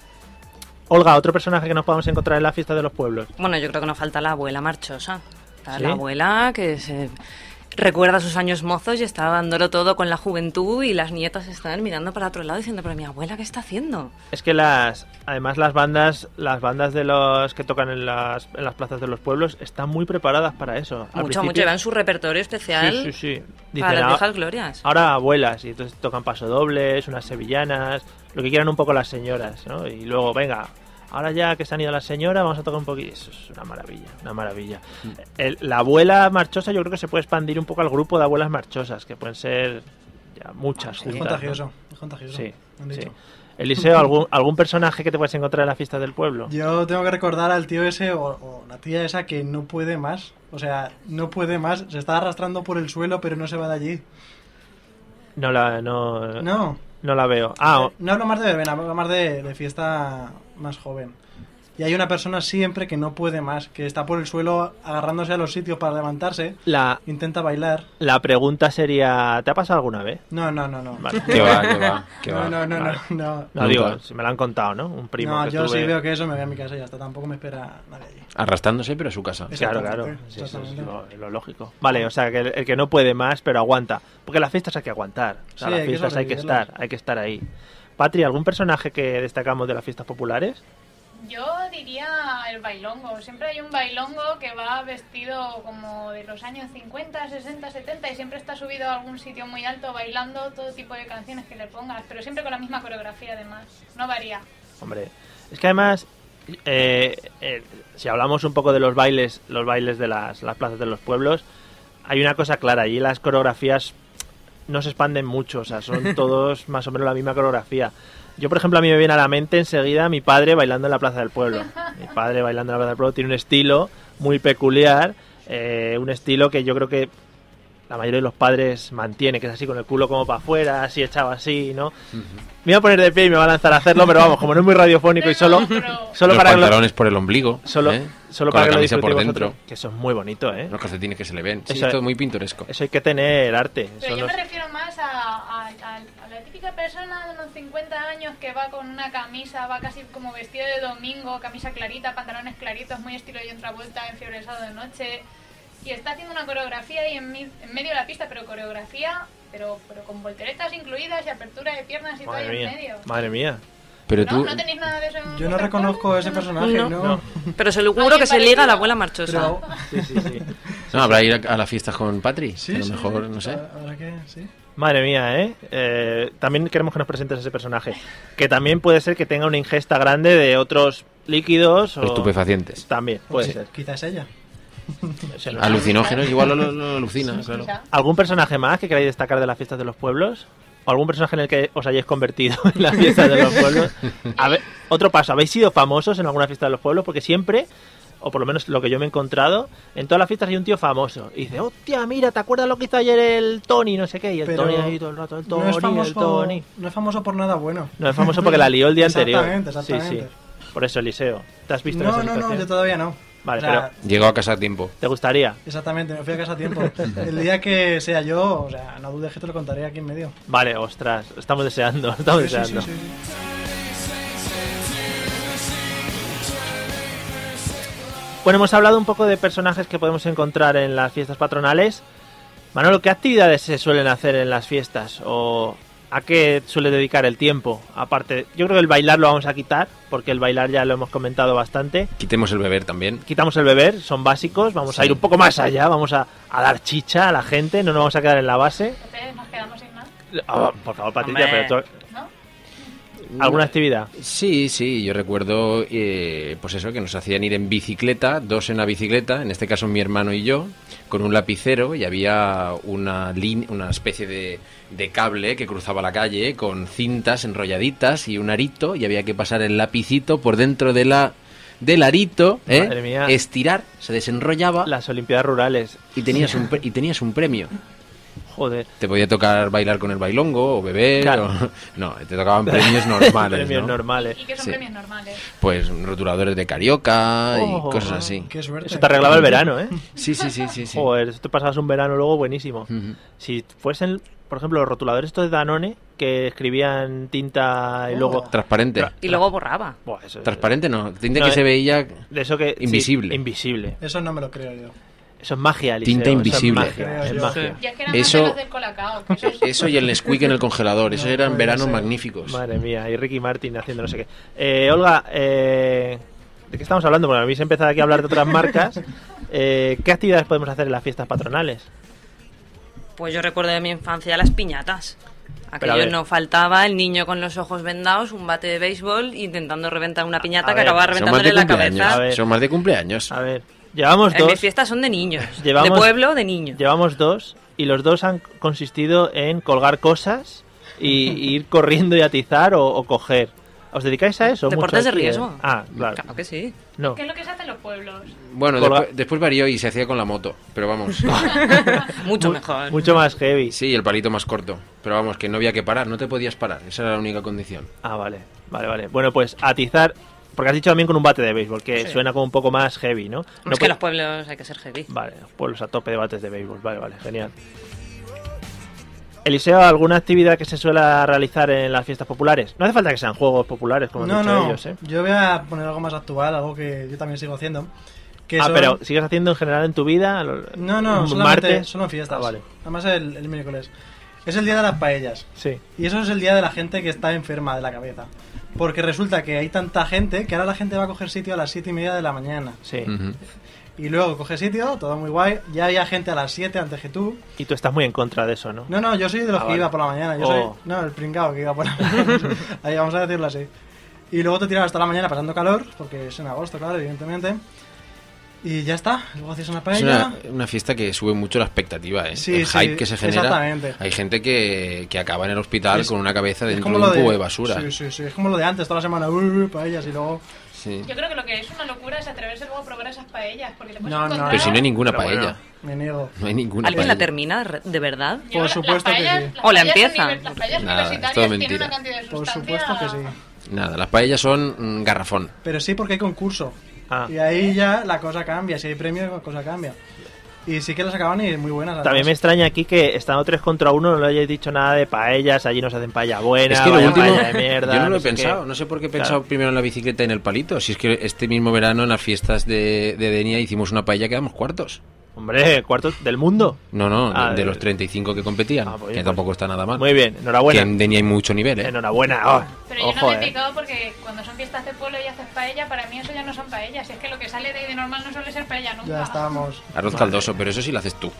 [SPEAKER 4] Olga, otro personaje que nos podemos encontrar en la fiesta de los pueblos.
[SPEAKER 6] bueno, yo creo que nos falta la abuela marchosa. Está
[SPEAKER 4] ¿Sí?
[SPEAKER 6] La abuela que se... Recuerda sus años mozos y está dándolo todo con la juventud y las nietas están mirando para otro lado diciendo, pero mi abuela, ¿qué está haciendo?
[SPEAKER 4] Es que las. Además, las bandas. Las bandas de los que tocan en las, en las plazas de los pueblos están muy preparadas para eso. Al
[SPEAKER 6] mucho,
[SPEAKER 4] principio-
[SPEAKER 6] mucho. Llevan su repertorio especial
[SPEAKER 4] Sí, sí, sí.
[SPEAKER 6] para
[SPEAKER 4] Dicen,
[SPEAKER 6] las
[SPEAKER 4] "Ah,
[SPEAKER 6] viejas glorias.
[SPEAKER 4] ahora abuelas, y entonces tocan pasodobles, unas sevillanas, lo que quieran un poco las señoras, ¿no? Y luego, venga, ahora ya que se han ido las señoras, vamos a tocar un poquito. Eso es una maravilla, una maravilla. El- la abuela marchosa yo creo que se puede expandir un poco al grupo de abuelas marchosas, que pueden ser ya muchas
[SPEAKER 7] Es
[SPEAKER 4] juntas. ¿no?
[SPEAKER 7] contagioso, es contagioso.
[SPEAKER 4] Sí,
[SPEAKER 7] me han
[SPEAKER 4] sí.
[SPEAKER 7] dicho.
[SPEAKER 4] Eliseo, ¿algún, ¿algún personaje que te puedes encontrar en las fiestas del pueblo?
[SPEAKER 7] Yo tengo que recordar al tío ese o, o la tía esa que no puede más. O sea, no puede más. Se está arrastrando por el suelo, pero no se va de allí.
[SPEAKER 4] No la, no, no.
[SPEAKER 7] No. eh,
[SPEAKER 4] la veo. Eh, Ah, o-
[SPEAKER 7] No hablo más de verbena, hablo más de, de fiesta más joven. Y hay una persona siempre que no puede más, que está por el suelo agarrándose a los sitios para levantarse,
[SPEAKER 4] la,
[SPEAKER 7] intenta bailar.
[SPEAKER 4] la pregunta sería, ¿te ha pasado alguna vez?
[SPEAKER 7] No, no, no, no.
[SPEAKER 4] Vale.
[SPEAKER 5] Que va, que va, que
[SPEAKER 7] no,
[SPEAKER 5] va.
[SPEAKER 7] no, no,
[SPEAKER 4] Vale.
[SPEAKER 7] no, no.
[SPEAKER 4] No,
[SPEAKER 5] Nunca.
[SPEAKER 4] digo, si me la han contado, ¿no? Un primo
[SPEAKER 7] No,
[SPEAKER 4] que
[SPEAKER 7] yo
[SPEAKER 4] tuve...
[SPEAKER 7] sí veo que eso me voy a mi casa y ya está. Tampoco me espera nadie allí.
[SPEAKER 5] Arrastrándose, pero a su casa.
[SPEAKER 4] Claro,
[SPEAKER 7] Exactamente,
[SPEAKER 4] claro. Sí, eso es
[SPEAKER 7] exactamente.
[SPEAKER 4] lo, lo lógico. Vale, o sea, que el, el que no puede más, pero aguanta. Porque las fiestas hay que aguantar. O sea,
[SPEAKER 7] Sí,
[SPEAKER 4] las
[SPEAKER 7] hay que
[SPEAKER 4] fiestas hay que
[SPEAKER 7] sobrevivirlas.
[SPEAKER 4] estar, hay que estar ahí. Patri, ¿algún personaje que destacamos de las fiestas populares?
[SPEAKER 8] Yo diría el bailongo. Siempre hay un bailongo que va vestido como de los años 50, 60, 70 y siempre está subido a algún sitio muy alto bailando todo tipo de canciones que le pongas, pero siempre con la misma coreografía además. No varía.
[SPEAKER 4] Hombre, es que además, eh, eh, si hablamos un poco de los bailes, los bailes de las, las plazas de los pueblos, hay una cosa clara, allí las coreografías no se expanden mucho, o sea, son todos más o menos la misma coreografía. Yo, por ejemplo, a mí me viene a la mente enseguida mi padre bailando en la Plaza del Pueblo. Mi padre bailando en la Plaza del Pueblo tiene un estilo muy peculiar, eh, un estilo que yo creo que la mayoría de los padres mantiene, que es así con el culo como para afuera, así echado así, ¿no? Me voy a poner de pie y me va a lanzar a hacerlo, pero vamos, como no es muy radiofónico y solo,
[SPEAKER 8] Pero-
[SPEAKER 4] solo
[SPEAKER 5] los
[SPEAKER 4] para que lo,
[SPEAKER 5] pantalones por el ombligo.
[SPEAKER 4] solo,
[SPEAKER 5] ¿eh?
[SPEAKER 4] solo
[SPEAKER 5] Con
[SPEAKER 4] para
[SPEAKER 5] la
[SPEAKER 4] que lo
[SPEAKER 5] camisa
[SPEAKER 4] disfrutéis
[SPEAKER 5] por
[SPEAKER 4] vosotros,
[SPEAKER 5] dentro.
[SPEAKER 4] que eso es muy bonito, ¿eh?
[SPEAKER 5] Los calcetines que se le ven. Sí,
[SPEAKER 4] Eso es.
[SPEAKER 5] esto es muy pintoresco.
[SPEAKER 4] Eso hay que tener arte.
[SPEAKER 8] Pero
[SPEAKER 4] eso
[SPEAKER 8] yo
[SPEAKER 4] no
[SPEAKER 8] me
[SPEAKER 4] es-
[SPEAKER 8] refiero más a, a- a- a la típica persona de unos 50 años que va con una camisa, va casi como vestido de domingo, camisa clarita, pantalones claritos, muy estilo de Travolta, enfiebresado de noche. Y está haciendo una coreografía ahí en, mi- en medio de la pista, pero coreografía, pero, pero con volteretas incluidas y apertura de piernas y todo ahí
[SPEAKER 4] Madre
[SPEAKER 8] en
[SPEAKER 4] mía,
[SPEAKER 8] medio.
[SPEAKER 4] madre mía.
[SPEAKER 5] Pero
[SPEAKER 8] ¿No?
[SPEAKER 5] tú.
[SPEAKER 8] ¿No tenéis nada de eso en
[SPEAKER 7] Yo no
[SPEAKER 8] vuestra
[SPEAKER 7] reconozco
[SPEAKER 8] escuela?
[SPEAKER 7] a ese
[SPEAKER 8] No.
[SPEAKER 7] personaje,
[SPEAKER 6] No.
[SPEAKER 7] no.
[SPEAKER 4] No.
[SPEAKER 6] Pero seguro
[SPEAKER 8] Alguien
[SPEAKER 6] que se
[SPEAKER 8] parecido.
[SPEAKER 6] liga a la abuela marchosa.
[SPEAKER 7] Pero,
[SPEAKER 4] Sí, sí, sí.
[SPEAKER 5] No, habrá ir a, a las fiestas con Patri.
[SPEAKER 7] sí,
[SPEAKER 5] a lo
[SPEAKER 7] sí,
[SPEAKER 5] mejor,
[SPEAKER 7] sí.
[SPEAKER 5] no sé.
[SPEAKER 7] Ahora que sí.
[SPEAKER 4] Madre mía, ¿eh? Eh, También queremos que nos presentes ese personaje. Que también puede ser que tenga una ingesta grande de otros líquidos o...
[SPEAKER 5] Estupefacientes.
[SPEAKER 4] También, puede
[SPEAKER 7] Sí,
[SPEAKER 4] ser.
[SPEAKER 7] Quizás ella.
[SPEAKER 4] O sea, no sé.
[SPEAKER 5] Alucinógenos, igual lo, lo- lo alucina, claro.
[SPEAKER 8] Quizá.
[SPEAKER 4] ¿Algún personaje más que queráis destacar de las fiestas de los pueblos? ¿O algún personaje en el que os hayáis convertido en las fiestas de los pueblos? A ver, otro paso, ¿habéis sido famosos en alguna fiesta de los pueblos? Porque siempre, o por lo menos lo que yo me he encontrado, en todas las fiestas hay un tío famoso. Y dice, hostia, mira, ¿te acuerdas lo que hizo ayer el Tony? No sé qué, y el
[SPEAKER 7] Pero
[SPEAKER 4] Tony ahí todo el rato, el Tony,
[SPEAKER 7] no, es
[SPEAKER 4] el
[SPEAKER 7] famoso,
[SPEAKER 4] Tony.
[SPEAKER 7] no es famoso por nada bueno.
[SPEAKER 4] No, es famoso porque la lió el día anterior.
[SPEAKER 7] Exactamente, exactamente.
[SPEAKER 4] Sí, sí. Por eso, Eliseo, ¿te has visto en
[SPEAKER 7] No,
[SPEAKER 4] esa
[SPEAKER 7] no, no,
[SPEAKER 4] situación?
[SPEAKER 7] yo todavía no.
[SPEAKER 4] Vale,
[SPEAKER 7] O sea,
[SPEAKER 5] Llegó a casa a tiempo.
[SPEAKER 4] ¿Te gustaría?
[SPEAKER 7] Exactamente, me fui a casa a tiempo. El día que sea yo, o sea, no dudes que te lo contaré aquí en medio.
[SPEAKER 4] Vale, ostras, estamos deseando, estamos
[SPEAKER 7] Sí, sí,
[SPEAKER 4] deseando.
[SPEAKER 7] sí, sí, sí.
[SPEAKER 4] Bueno, hemos hablado un poco de personajes que podemos encontrar en las fiestas patronales. Manolo, ¿qué actividades se suelen hacer en las fiestas? ¿O a qué suele dedicar el tiempo? Aparte, yo creo que el bailar lo vamos a quitar, porque el bailar ya lo hemos comentado bastante.
[SPEAKER 5] Quitemos el beber también.
[SPEAKER 4] Quitamos el beber, son básicos, vamos a
[SPEAKER 5] Sí.
[SPEAKER 4] ir un poco más allá, vamos a, a dar chicha a la gente, no nos vamos a quedar en la base.
[SPEAKER 8] Entonces nos quedamos sin nada,
[SPEAKER 4] Ah, por favor, Patricia,
[SPEAKER 6] Hombre.
[SPEAKER 4] pero tú-
[SPEAKER 8] ¿no?
[SPEAKER 4] ¿alguna actividad?
[SPEAKER 5] Sí, sí, yo recuerdo, eh, pues eso, que nos hacían ir en bicicleta, dos en la bicicleta, en este caso mi hermano y yo, con un lapicero y había una, lin- una especie de, de cable que cruzaba la calle con cintas enrolladitas y un arito y había que pasar el lapicito por dentro de la, del arito, ¿eh?
[SPEAKER 4] Madre mía.
[SPEAKER 5] estirar, se desenrollaba
[SPEAKER 4] Las Olimpiadas Rurales,
[SPEAKER 5] y, tenías un, pre- y tenías un premio.
[SPEAKER 4] joder.
[SPEAKER 5] Te podía tocar bailar con el bailongo o beber.
[SPEAKER 4] Claro.
[SPEAKER 5] o- No, te tocaban premios normales.
[SPEAKER 4] Premios
[SPEAKER 5] ¿no?
[SPEAKER 4] normales.
[SPEAKER 8] Y que son
[SPEAKER 5] Sí.
[SPEAKER 8] premios normales.
[SPEAKER 5] Pues rotuladores de carioca
[SPEAKER 4] Oh.
[SPEAKER 5] y cosas Pues así.
[SPEAKER 7] Qué suerte.
[SPEAKER 4] Eso te arreglaba el verano, ¿eh?
[SPEAKER 5] Sí, sí, sí, sí. sí.
[SPEAKER 4] Joder, eso te pasabas un verano luego buenísimo.
[SPEAKER 5] Ujú.
[SPEAKER 4] Si fuesen, por ejemplo, los rotuladores estos de Danone que escribían tinta y
[SPEAKER 7] Oh.
[SPEAKER 4] luego.
[SPEAKER 5] Transparente.
[SPEAKER 4] Tra-
[SPEAKER 6] Y luego borraba.
[SPEAKER 4] Buah, eso-
[SPEAKER 5] Transparente no. Tinta
[SPEAKER 4] No,
[SPEAKER 5] que
[SPEAKER 4] eh.
[SPEAKER 5] se veía.
[SPEAKER 4] De eso que. sí,
[SPEAKER 5] Invisible.
[SPEAKER 4] invisible.
[SPEAKER 7] Eso no me lo creo yo.
[SPEAKER 4] Eso es magia, Eliseo,
[SPEAKER 5] Tinta
[SPEAKER 4] eso
[SPEAKER 5] invisible.
[SPEAKER 4] Es magia.
[SPEAKER 7] Creo
[SPEAKER 4] Es
[SPEAKER 7] yo.
[SPEAKER 4] magia.
[SPEAKER 8] Y es que eran
[SPEAKER 5] Eso-
[SPEAKER 8] más de los del colacao. que eso es-
[SPEAKER 5] Eso y el Nesquik en el congelador. Esos
[SPEAKER 7] No
[SPEAKER 5] eran
[SPEAKER 7] puede
[SPEAKER 5] veranos
[SPEAKER 7] ser.
[SPEAKER 5] magníficos.
[SPEAKER 4] Madre mía, y Ricky Martin haciendo no sé qué. Eh, Olga, eh, ¿de qué estamos hablando? Bueno, habéis empezado aquí a hablar de otras marcas. Eh, ¿Qué actividades podemos hacer en las fiestas patronales?
[SPEAKER 6] Pues yo recuerdo de mi infancia las piñatas.
[SPEAKER 4] Pero a
[SPEAKER 6] Aquello
[SPEAKER 4] ver.
[SPEAKER 6] no faltaba, el niño con los ojos vendados, un bate de béisbol intentando reventar una piñata
[SPEAKER 4] a
[SPEAKER 6] que
[SPEAKER 4] ver,
[SPEAKER 6] acababa
[SPEAKER 5] Son más de
[SPEAKER 6] reventándole la
[SPEAKER 5] cumpleaños.
[SPEAKER 4] A
[SPEAKER 6] cabeza.
[SPEAKER 4] ver.
[SPEAKER 5] Son más de cumpleaños.
[SPEAKER 4] A ver, llevamos
[SPEAKER 6] En
[SPEAKER 4] dos.
[SPEAKER 6] mis fiestas son de niños,
[SPEAKER 4] Llevamos-
[SPEAKER 6] de pueblo, de niños.
[SPEAKER 4] Llevamos dos y los dos han consistido en colgar cosas y, y ir corriendo y atizar o, o coger. ¿Os dedicáis a eso?
[SPEAKER 6] Deportes
[SPEAKER 4] mucho
[SPEAKER 6] de
[SPEAKER 4] aquí, eh?
[SPEAKER 6] riesgo.
[SPEAKER 4] Ah, claro.
[SPEAKER 6] Claro que sí.
[SPEAKER 4] No.
[SPEAKER 8] ¿Qué es lo que se hace en los pueblos?
[SPEAKER 5] Bueno,
[SPEAKER 4] Colga-
[SPEAKER 5] después, después varió y se hacía con la moto, pero vamos.
[SPEAKER 6] Mucho mejor.
[SPEAKER 4] Mucho más heavy.
[SPEAKER 5] Sí, y el palito más corto. Pero vamos, que no había que parar, no te podías parar. Esa era la única condición.
[SPEAKER 4] Ah, vale, vale, vale. Bueno, pues atizar, porque has dicho también con un bate de béisbol, que
[SPEAKER 6] Sí.
[SPEAKER 4] suena como un poco más heavy, ¿no?
[SPEAKER 6] es
[SPEAKER 4] No
[SPEAKER 6] que
[SPEAKER 4] puede-
[SPEAKER 6] los pueblos hay que ser heavy.
[SPEAKER 4] Vale, pueblos a tope de bates de béisbol, vale, vale, genial. Eliseo, ¿alguna actividad que se suele realizar en las fiestas populares? No hace falta que sean juegos populares, como han
[SPEAKER 7] no,
[SPEAKER 4] dicho
[SPEAKER 7] no.
[SPEAKER 4] ellos, ¿eh?
[SPEAKER 7] Yo voy a poner algo más actual, algo que yo también sigo haciendo. Que
[SPEAKER 4] ah,
[SPEAKER 7] son-
[SPEAKER 4] pero ¿sigues haciendo en general en tu vida? Lo-
[SPEAKER 7] No, no,
[SPEAKER 4] un
[SPEAKER 7] solamente
[SPEAKER 4] martes.
[SPEAKER 7] solo en fiestas.
[SPEAKER 4] Ah, vale.
[SPEAKER 7] Además el, el miércoles. Es el día de las paellas.
[SPEAKER 4] Sí.
[SPEAKER 7] Y eso es el día de la gente que está enferma de la cabeza. Porque resulta que hay tanta gente que ahora la gente va a coger sitio a las 7 y media de la mañana.
[SPEAKER 4] Sí.
[SPEAKER 5] Ujú.
[SPEAKER 7] Y luego coge sitio, todo muy guay. Ya había gente a las 7 antes que tú.
[SPEAKER 4] Y tú estás muy en contra de eso, ¿no?
[SPEAKER 7] No, no, yo soy de los
[SPEAKER 4] Ah,
[SPEAKER 7] que
[SPEAKER 4] vale.
[SPEAKER 7] iba por la mañana. Yo
[SPEAKER 4] Oh.
[SPEAKER 7] soy, no, el pringao que iba por la mañana. Ahí, vamos a decirlo así. Y luego te tiras hasta la mañana pasando calor, porque es en agosto, claro, evidentemente. Y ya está. Luego haces una paella.
[SPEAKER 5] Es una, eh, una fiesta que sube mucho la expectativa, ¿eh?
[SPEAKER 7] Sí,
[SPEAKER 5] el
[SPEAKER 7] sí,
[SPEAKER 5] hype que se genera.
[SPEAKER 7] exactamente.
[SPEAKER 5] Hay gente que, que acaba en el hospital
[SPEAKER 7] Es-
[SPEAKER 5] con una cabeza
[SPEAKER 7] Es
[SPEAKER 5] dentro
[SPEAKER 7] como
[SPEAKER 5] de
[SPEAKER 7] lo
[SPEAKER 5] un cubo de basura.
[SPEAKER 7] Sí, sí, sí. Es como lo de antes, toda la semana, uh, paellas y luego.
[SPEAKER 5] Sí.
[SPEAKER 8] Yo creo que lo que es una locura es atreverse luego a probar esas paellas, porque te puedes
[SPEAKER 7] No, no,
[SPEAKER 8] encontrar...
[SPEAKER 5] Pero si no hay ninguna
[SPEAKER 4] Pero
[SPEAKER 5] paella.
[SPEAKER 4] bueno.
[SPEAKER 7] Me niego.
[SPEAKER 5] No hay ninguna
[SPEAKER 6] ¿Alguien la
[SPEAKER 4] pues-
[SPEAKER 5] paella.
[SPEAKER 6] termina re- de verdad?
[SPEAKER 8] Yo
[SPEAKER 7] Por
[SPEAKER 8] las
[SPEAKER 7] supuesto que
[SPEAKER 8] paellas-
[SPEAKER 7] sí.
[SPEAKER 8] las
[SPEAKER 6] O la
[SPEAKER 8] paellas
[SPEAKER 6] empiezan.
[SPEAKER 8] univer- Las paellas
[SPEAKER 5] Nada, es
[SPEAKER 8] universitarias
[SPEAKER 5] todo
[SPEAKER 8] tienen
[SPEAKER 5] mentira.
[SPEAKER 8] una cantidad de
[SPEAKER 7] Por
[SPEAKER 8] sustancia...
[SPEAKER 7] supuesto que sí.
[SPEAKER 5] Nada, las paellas son mm, garrafón.
[SPEAKER 7] Pero sí porque hay concurso.
[SPEAKER 4] Ah.
[SPEAKER 7] Y ahí ya la cosa cambia. Si hay premio, la cosa cambia. Y sí que las acaban y muy buenas. además.
[SPEAKER 4] También me extraña aquí que estando 3 contra 1 no le hayáis dicho nada de paellas, allí nos hacen paella buena,
[SPEAKER 5] es que lo
[SPEAKER 4] vaya
[SPEAKER 5] último,
[SPEAKER 4] paella de mierda.
[SPEAKER 5] yo no lo he
[SPEAKER 4] sé qué.
[SPEAKER 5] pensado, no sé por qué he
[SPEAKER 4] Claro.
[SPEAKER 5] pensado primero en la bicicleta y en el palito. Si es que este mismo verano en las fiestas de, de Denia hicimos una paella, quedamos cuartos.
[SPEAKER 4] Hombre, cuartos del mundo.
[SPEAKER 5] No, no, de-
[SPEAKER 4] Ah,
[SPEAKER 5] de,
[SPEAKER 4] de-
[SPEAKER 5] los 35 que competían,
[SPEAKER 4] Ah, pues,
[SPEAKER 5] que
[SPEAKER 4] pues,
[SPEAKER 5] tampoco está nada mal.
[SPEAKER 4] Muy bien,
[SPEAKER 5] que
[SPEAKER 4] enhorabuena.
[SPEAKER 5] en Denia hay mucho nivel, ¿eh?
[SPEAKER 4] Enhorabuena. oh,
[SPEAKER 8] Pero yo
[SPEAKER 4] Ojo,
[SPEAKER 8] no me he
[SPEAKER 4] eh.
[SPEAKER 8] picado porque cuando son fiestas de pueblo y haces paella, para mí eso ya no son paellas. Es que lo que sale de ahí de normal no suele ser paella nunca.
[SPEAKER 7] Ya estamos.
[SPEAKER 5] Arroz caldoso, pero eso sí lo haces tú.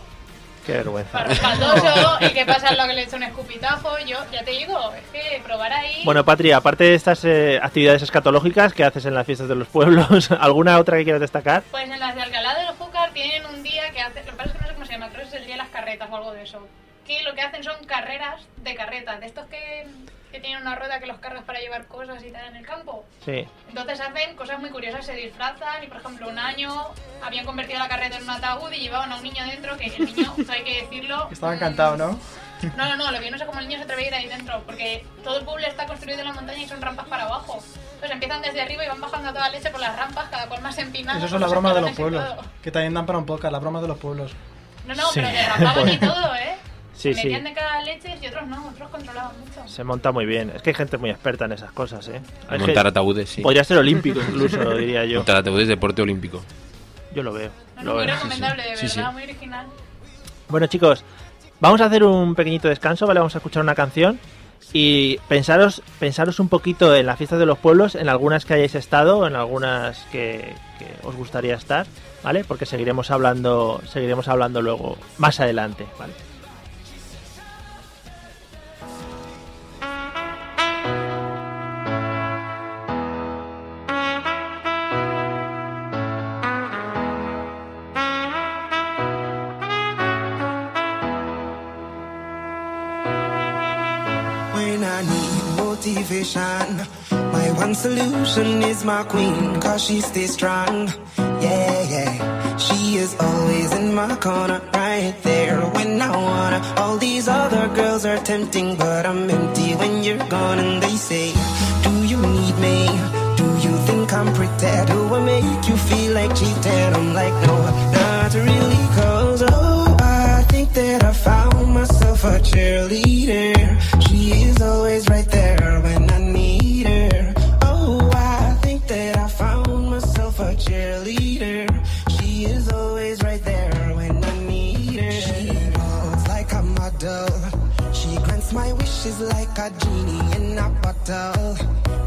[SPEAKER 4] Qué vergüenza.
[SPEAKER 8] Para Faldoso, el que pasa es lo que le echa un escupitajo, yo ya te digo, es que probar ahí...
[SPEAKER 4] Bueno, Patria, aparte de estas eh, actividades escatológicas que haces en las fiestas de los pueblos, ¿alguna otra que quieras destacar?
[SPEAKER 8] Pues en las de Alcalá del Júcar tienen un día que hace, lo que pasa es que no sé cómo se llama, creo que es el día de las carretas o algo de eso. Que lo que hacen son carreras de carretas, de estos que, que tienen una rueda que los cargas para llevar cosas y tal en el campo.
[SPEAKER 4] Sí.
[SPEAKER 8] Entonces hacen cosas muy curiosas, se disfrazan y por ejemplo un año habían convertido la carreta en un ataúd y llevaban a un niño dentro que el niño, esto hay que decirlo...
[SPEAKER 7] Estaba
[SPEAKER 8] mm,
[SPEAKER 7] encantado, ¿no?
[SPEAKER 8] No, no, no, lo que yo no sé cómo el niño se atreve a ir ahí dentro, porque todo el pueblo está construido en la montaña y son rampas para abajo. Entonces empiezan desde arriba y van bajando a toda leche por las rampas, cada cual más empinado.
[SPEAKER 7] Eso es
[SPEAKER 8] con
[SPEAKER 7] la
[SPEAKER 8] los
[SPEAKER 7] broma de los
[SPEAKER 8] escalones y
[SPEAKER 7] pueblos.
[SPEAKER 8] todo.
[SPEAKER 7] Que también dan para un podcast, la broma de los pueblos.
[SPEAKER 8] No, no,
[SPEAKER 4] Sí.
[SPEAKER 8] pero derrapaban y todo, ¿eh?
[SPEAKER 4] Sí, sí.
[SPEAKER 8] Metían de cada leche y otros no, otros controlaban mucho.
[SPEAKER 4] Se monta muy bien. Es que hay gente muy experta en esas cosas, ¿eh?
[SPEAKER 5] Al
[SPEAKER 4] Es
[SPEAKER 5] montar
[SPEAKER 4] que
[SPEAKER 5] ataúdes, sí.
[SPEAKER 4] Podría ser olímpico incluso, diría yo.
[SPEAKER 5] Montar ataúdes, deporte olímpico.
[SPEAKER 4] Yo lo veo.
[SPEAKER 8] No,
[SPEAKER 4] lo
[SPEAKER 8] no, muy
[SPEAKER 4] veo.
[SPEAKER 8] recomendable, de verdad,
[SPEAKER 5] Sí, sí.
[SPEAKER 8] muy original.
[SPEAKER 4] Bueno, chicos, vamos a hacer un pequeñito descanso, ¿vale? Vamos a escuchar una canción y pensaros, pensaros un poquito en las fiestas de los pueblos, en algunas que hayáis estado, en algunas que, que os gustaría estar, ¿vale? Porque seguiremos hablando, seguiremos hablando luego, más adelante, ¿vale?
[SPEAKER 9] When I need motivation, my one solution is my queen, cause she stays strong. Yeah, yeah. She is always in my corner, right there when I wanna. All these other girls are tempting, but I'm empty when you're gone. And they say, Do you need me? Do you think I'm pretty? Do I make you feel like cheating? I'm like, No, not really, cause oh, I think that I found myself a cheerleader. She is always right there when I need her. Oh, I think that I found myself a cheerleader. She is always right there when I need her. She walks like a model. She grants my wishes like a genie in a bottle.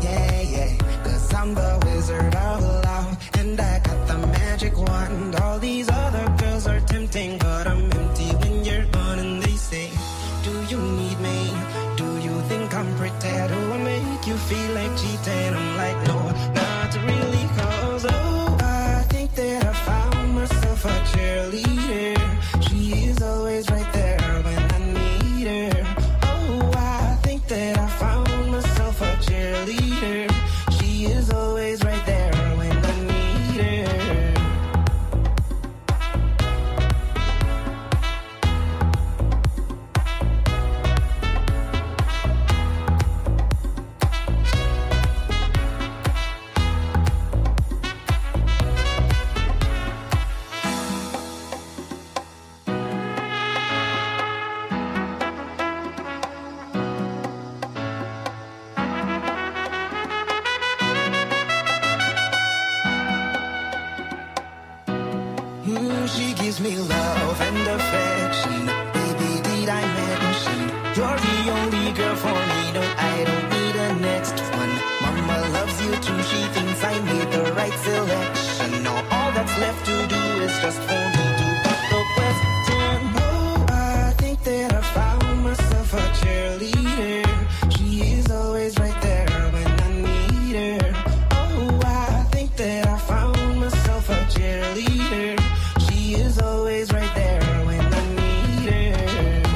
[SPEAKER 9] Yeah, yeah. Cause I'm the wizard all along. And I got the magic wand. All these other girls are tempting, but I'm empty when you're gone. And they say, Do you need me? Do you think I'm pretty? Do I make you feel like cheating? I'm like, No, not really. Cause oh, I think that I Oh, found myself a cheerleader. She is always right there gives me love and affection. Baby, did I mention you're the only girl for me? No, I don't need a next one. Mama loves you too. She thinks I made the right selection. No, all that's left to do is just for me to pop the question. Oh, I think that I found myself a cheerleader. She is always right there when I need her. Oh, I think that I found myself a cheerleader. She is always right there when I need her.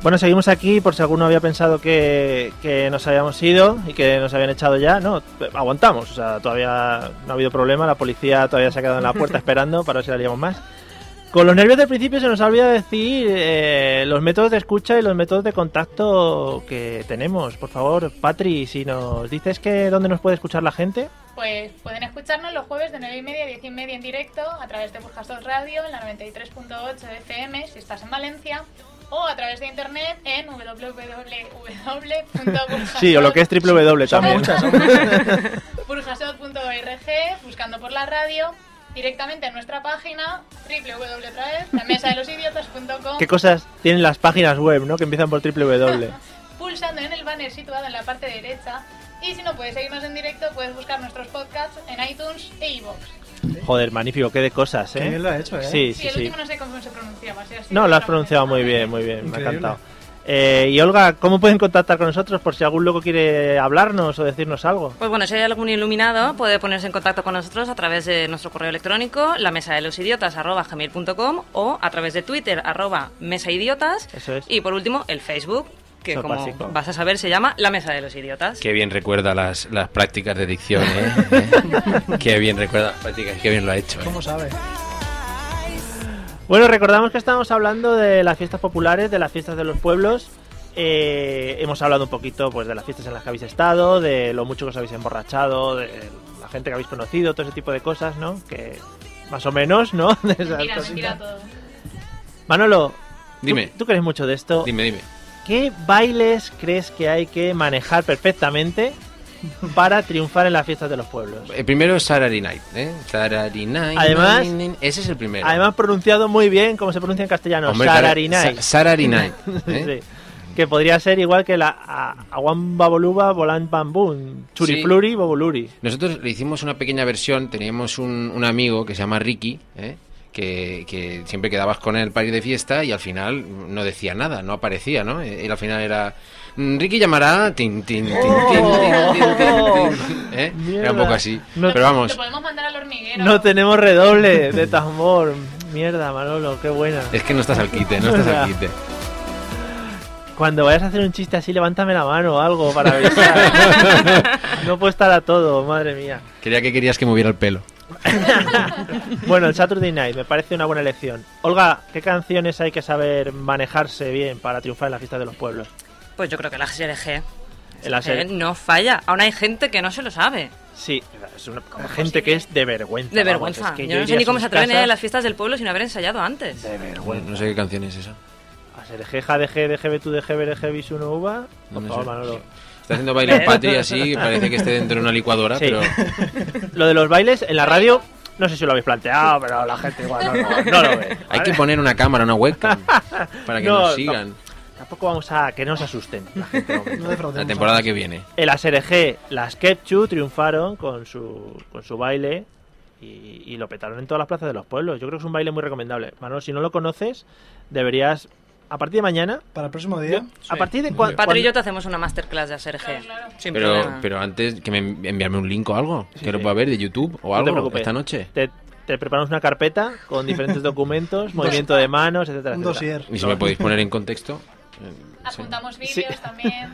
[SPEAKER 4] Bueno, seguimos aquí por si alguno había pensado que, que nos habíamos ido y que nos habían echado ya. No, aguantamos. O sea, todavía no ha habido problema. La policía todavía se ha quedado en la puerta esperando para ver si la liamos más. Con los nervios del principio se nos ha olvidado decir eh, los métodos de escucha y los métodos de contacto que tenemos. Por favor, Patri, si nos dices que dónde nos puede escuchar la gente.
[SPEAKER 8] Pues pueden escucharnos los jueves de 9 y media a 10 y media en directo a través de Burjasot Radio en la 93.8 de FM si estás en Valencia o a través de internet en www.burjasot.org
[SPEAKER 4] Sí, o lo que es triple W
[SPEAKER 7] Son
[SPEAKER 4] también.
[SPEAKER 7] muchas, son
[SPEAKER 8] burjasot.org buscando por la radio directamente en nuestra página www.lamesadelosidiotas.com
[SPEAKER 4] ¿Qué cosas tienen las páginas web, no? Que empiezan por triple W.
[SPEAKER 8] pulsando en el banner situado en la parte derecha y si no puedes seguirnos en directo puedes buscar nuestros podcasts en iTunes e iVoox.
[SPEAKER 4] Joder, magnífico, qué de cosas, ¿eh?
[SPEAKER 7] Qué bien lo ha hecho, ¿eh?
[SPEAKER 4] Sí,
[SPEAKER 8] Sí,
[SPEAKER 4] sí,
[SPEAKER 8] el
[SPEAKER 4] sí.
[SPEAKER 8] último no sé cómo se pronunciaba. si así
[SPEAKER 4] No, lo has
[SPEAKER 8] seguramente.
[SPEAKER 4] pronunciado muy bien, muy bien, me ha
[SPEAKER 7] Increíble.
[SPEAKER 4] encantado. Eh, y Olga, ¿cómo pueden contactar con nosotros por si algún loco quiere hablarnos o decirnos algo?
[SPEAKER 6] Pues bueno, si hay algún iluminado, puede ponerse en contacto con nosotros a través de nuestro correo electrónico, la mesa de los idiotas o a través de Twitter arroba mesaidiotas
[SPEAKER 4] Eso es.
[SPEAKER 6] y por último el Facebook, que
[SPEAKER 4] Eso es
[SPEAKER 6] como
[SPEAKER 4] básico.
[SPEAKER 6] vas a saber se llama la mesa de los idiotas.
[SPEAKER 5] Qué bien recuerda las, las prácticas de dicción, ¿eh? ¿Eh? Qué bien recuerda las prácticas, qué bien lo ha hecho. ¿eh?
[SPEAKER 7] ¿Cómo sabe?
[SPEAKER 4] Bueno, recordamos que estamos hablando de las fiestas populares, de las fiestas de los pueblos. Eh, hemos hablado un poquito pues, de las fiestas en las que habéis estado, de lo mucho que os habéis emborrachado, de la gente que habéis conocido, todo ese tipo de cosas, ¿no? Que más o menos, ¿no? De esas
[SPEAKER 8] Mentira, mentira
[SPEAKER 4] cositas.
[SPEAKER 8] todo.
[SPEAKER 4] Manolo,
[SPEAKER 5] Dime.
[SPEAKER 4] ¿tú, tú crees mucho de esto.
[SPEAKER 5] Dime, dime.
[SPEAKER 4] ¿Qué bailes crees que hay que manejar perfectamente para triunfar en las fiestas de los pueblos?
[SPEAKER 5] El Eh, primero es Saturday Night, ¿eh? Saturday Night.
[SPEAKER 4] Además-
[SPEAKER 5] nin, nin. ese es el primero.
[SPEAKER 4] Además, pronunciado muy bien, como se pronuncia en castellano,
[SPEAKER 5] Hombre, claro,
[SPEAKER 4] Sararinay.
[SPEAKER 5] Sa- Saturday Night. ¿eh?
[SPEAKER 4] Sí. Que podría ser igual que la a- Aguan Baboluba Volant Bambún, Churifluri Bobuluri.
[SPEAKER 5] Nosotros le hicimos una pequeña versión, teníamos un, un amigo que se llama Ricky, ¿eh? que, que siempre quedabas con él para ir de fiesta y al final no decía nada, no aparecía, ¿no? E, Él al final era... "Mm, Ricky llamará... Tin, tin, tin, tin, tin, tin, tin, tin", ¿eh? Era un
[SPEAKER 4] Oh. Mierda.
[SPEAKER 5] poco así.
[SPEAKER 4] No-
[SPEAKER 5] Pero
[SPEAKER 8] Lo
[SPEAKER 5] vamos,
[SPEAKER 8] podemos mandar al hormiguero.
[SPEAKER 4] No tenemos redoble de tambor. Mierda, Manolo, qué buena.
[SPEAKER 5] es que no estás al quite, no estás al quite.
[SPEAKER 4] Cuando vayas a hacer un chiste así, levántame la mano o algo para avisar. no puedo estar a todo, madre mía.
[SPEAKER 5] Quería que querías que moviera el pelo.
[SPEAKER 4] Bueno, el Saturday Night me parece una buena elección. Olga, ¿qué canciones hay que saber manejarse bien para triunfar en las fiestas de los pueblos?
[SPEAKER 6] Pues yo creo que la SLG
[SPEAKER 4] El hacer-
[SPEAKER 6] eh, no falla. Aún hay gente que no se lo sabe.
[SPEAKER 4] Sí, es una gente que es de vergüenza.
[SPEAKER 6] De
[SPEAKER 4] Ah, vamos,
[SPEAKER 6] vergüenza.
[SPEAKER 4] es que
[SPEAKER 6] yo no sé
[SPEAKER 4] iría a
[SPEAKER 6] ni cómo
[SPEAKER 4] sus
[SPEAKER 6] se atreven
[SPEAKER 4] casas-
[SPEAKER 6] a las fiestas del pueblo sin haber ensayado antes.
[SPEAKER 5] Bueno, no sé qué canción es esa.
[SPEAKER 4] A ser jeja de G, de GB, tú de GB, de GB, su no uva.
[SPEAKER 5] No
[SPEAKER 4] Por
[SPEAKER 5] me
[SPEAKER 4] favor,
[SPEAKER 5] suena.
[SPEAKER 4] Manolo.
[SPEAKER 5] Está haciendo baile patri así, parece que esté dentro de una licuadora,
[SPEAKER 4] Sí.
[SPEAKER 5] pero...
[SPEAKER 4] Lo de los bailes en la radio, no sé si lo habéis planteado, pero la gente igual no, lo- no lo ve.
[SPEAKER 5] Hay
[SPEAKER 4] ¿vale?
[SPEAKER 5] que poner una cámara, una webcam, para que
[SPEAKER 4] No,
[SPEAKER 5] nos
[SPEAKER 4] no.
[SPEAKER 5] sigan.
[SPEAKER 4] Tampoco vamos a que no se asusten la gente. hombre.
[SPEAKER 7] No defraudemos.
[SPEAKER 5] La temporada que viene.
[SPEAKER 4] El ASRG, las Kepchu triunfaron con su, con su baile y, y lo petaron en todas las plazas de los pueblos. Yo creo que es un baile muy recomendable. Manolo, si no lo conoces, deberías, a partir de mañana,
[SPEAKER 7] Para el próximo día.
[SPEAKER 4] a partir de cuan-
[SPEAKER 6] Patri y yo
[SPEAKER 4] cuan-
[SPEAKER 6] te hacemos una masterclass de hacer G. Sin
[SPEAKER 5] Pero,
[SPEAKER 6] problema.
[SPEAKER 5] pero antes, que me envi- enviarme un link o algo, que lo
[SPEAKER 4] sí.
[SPEAKER 5] pueda ver de YouTube o
[SPEAKER 4] No te
[SPEAKER 5] algo
[SPEAKER 4] preocupes.
[SPEAKER 5] esta noche.
[SPEAKER 4] te, te preparamos una carpeta con diferentes documentos, movimiento de manos, etcétera.
[SPEAKER 7] Un
[SPEAKER 4] etcétera.
[SPEAKER 7] dossier.
[SPEAKER 5] Y si me podéis poner en contexto. eh, sí.
[SPEAKER 8] Apuntamos vídeos también.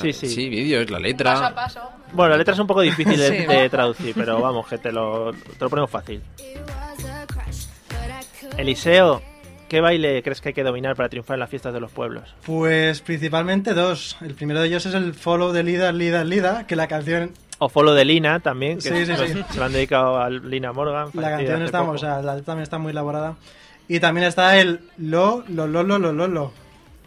[SPEAKER 4] Sí, sí.
[SPEAKER 5] Sí, vídeos, la
[SPEAKER 8] Paso a
[SPEAKER 5] letra.
[SPEAKER 8] paso.
[SPEAKER 4] Bueno, la letra es un poco difícil de,
[SPEAKER 6] Sí.
[SPEAKER 4] de traducir, pero vamos, que te lo, te lo ponemos fácil. Eliseo, ¿Qué baile crees que hay que dominar para triunfar en las fiestas de los pueblos?
[SPEAKER 7] Pues principalmente dos. El primero de ellos es el follow de Lida, Lida, Lida, que la canción,
[SPEAKER 4] O Follow de Lina también, que
[SPEAKER 7] Sí, sí,
[SPEAKER 4] pues,
[SPEAKER 7] sí.
[SPEAKER 4] se lo han dedicado a Lina Morgan.
[SPEAKER 7] la
[SPEAKER 4] fallecida
[SPEAKER 7] canción
[SPEAKER 4] hace
[SPEAKER 7] está,
[SPEAKER 4] poco.
[SPEAKER 7] o sea, la- también está muy elaborada. Y también está el lo, lo, lo, lo, lo, lo, lo.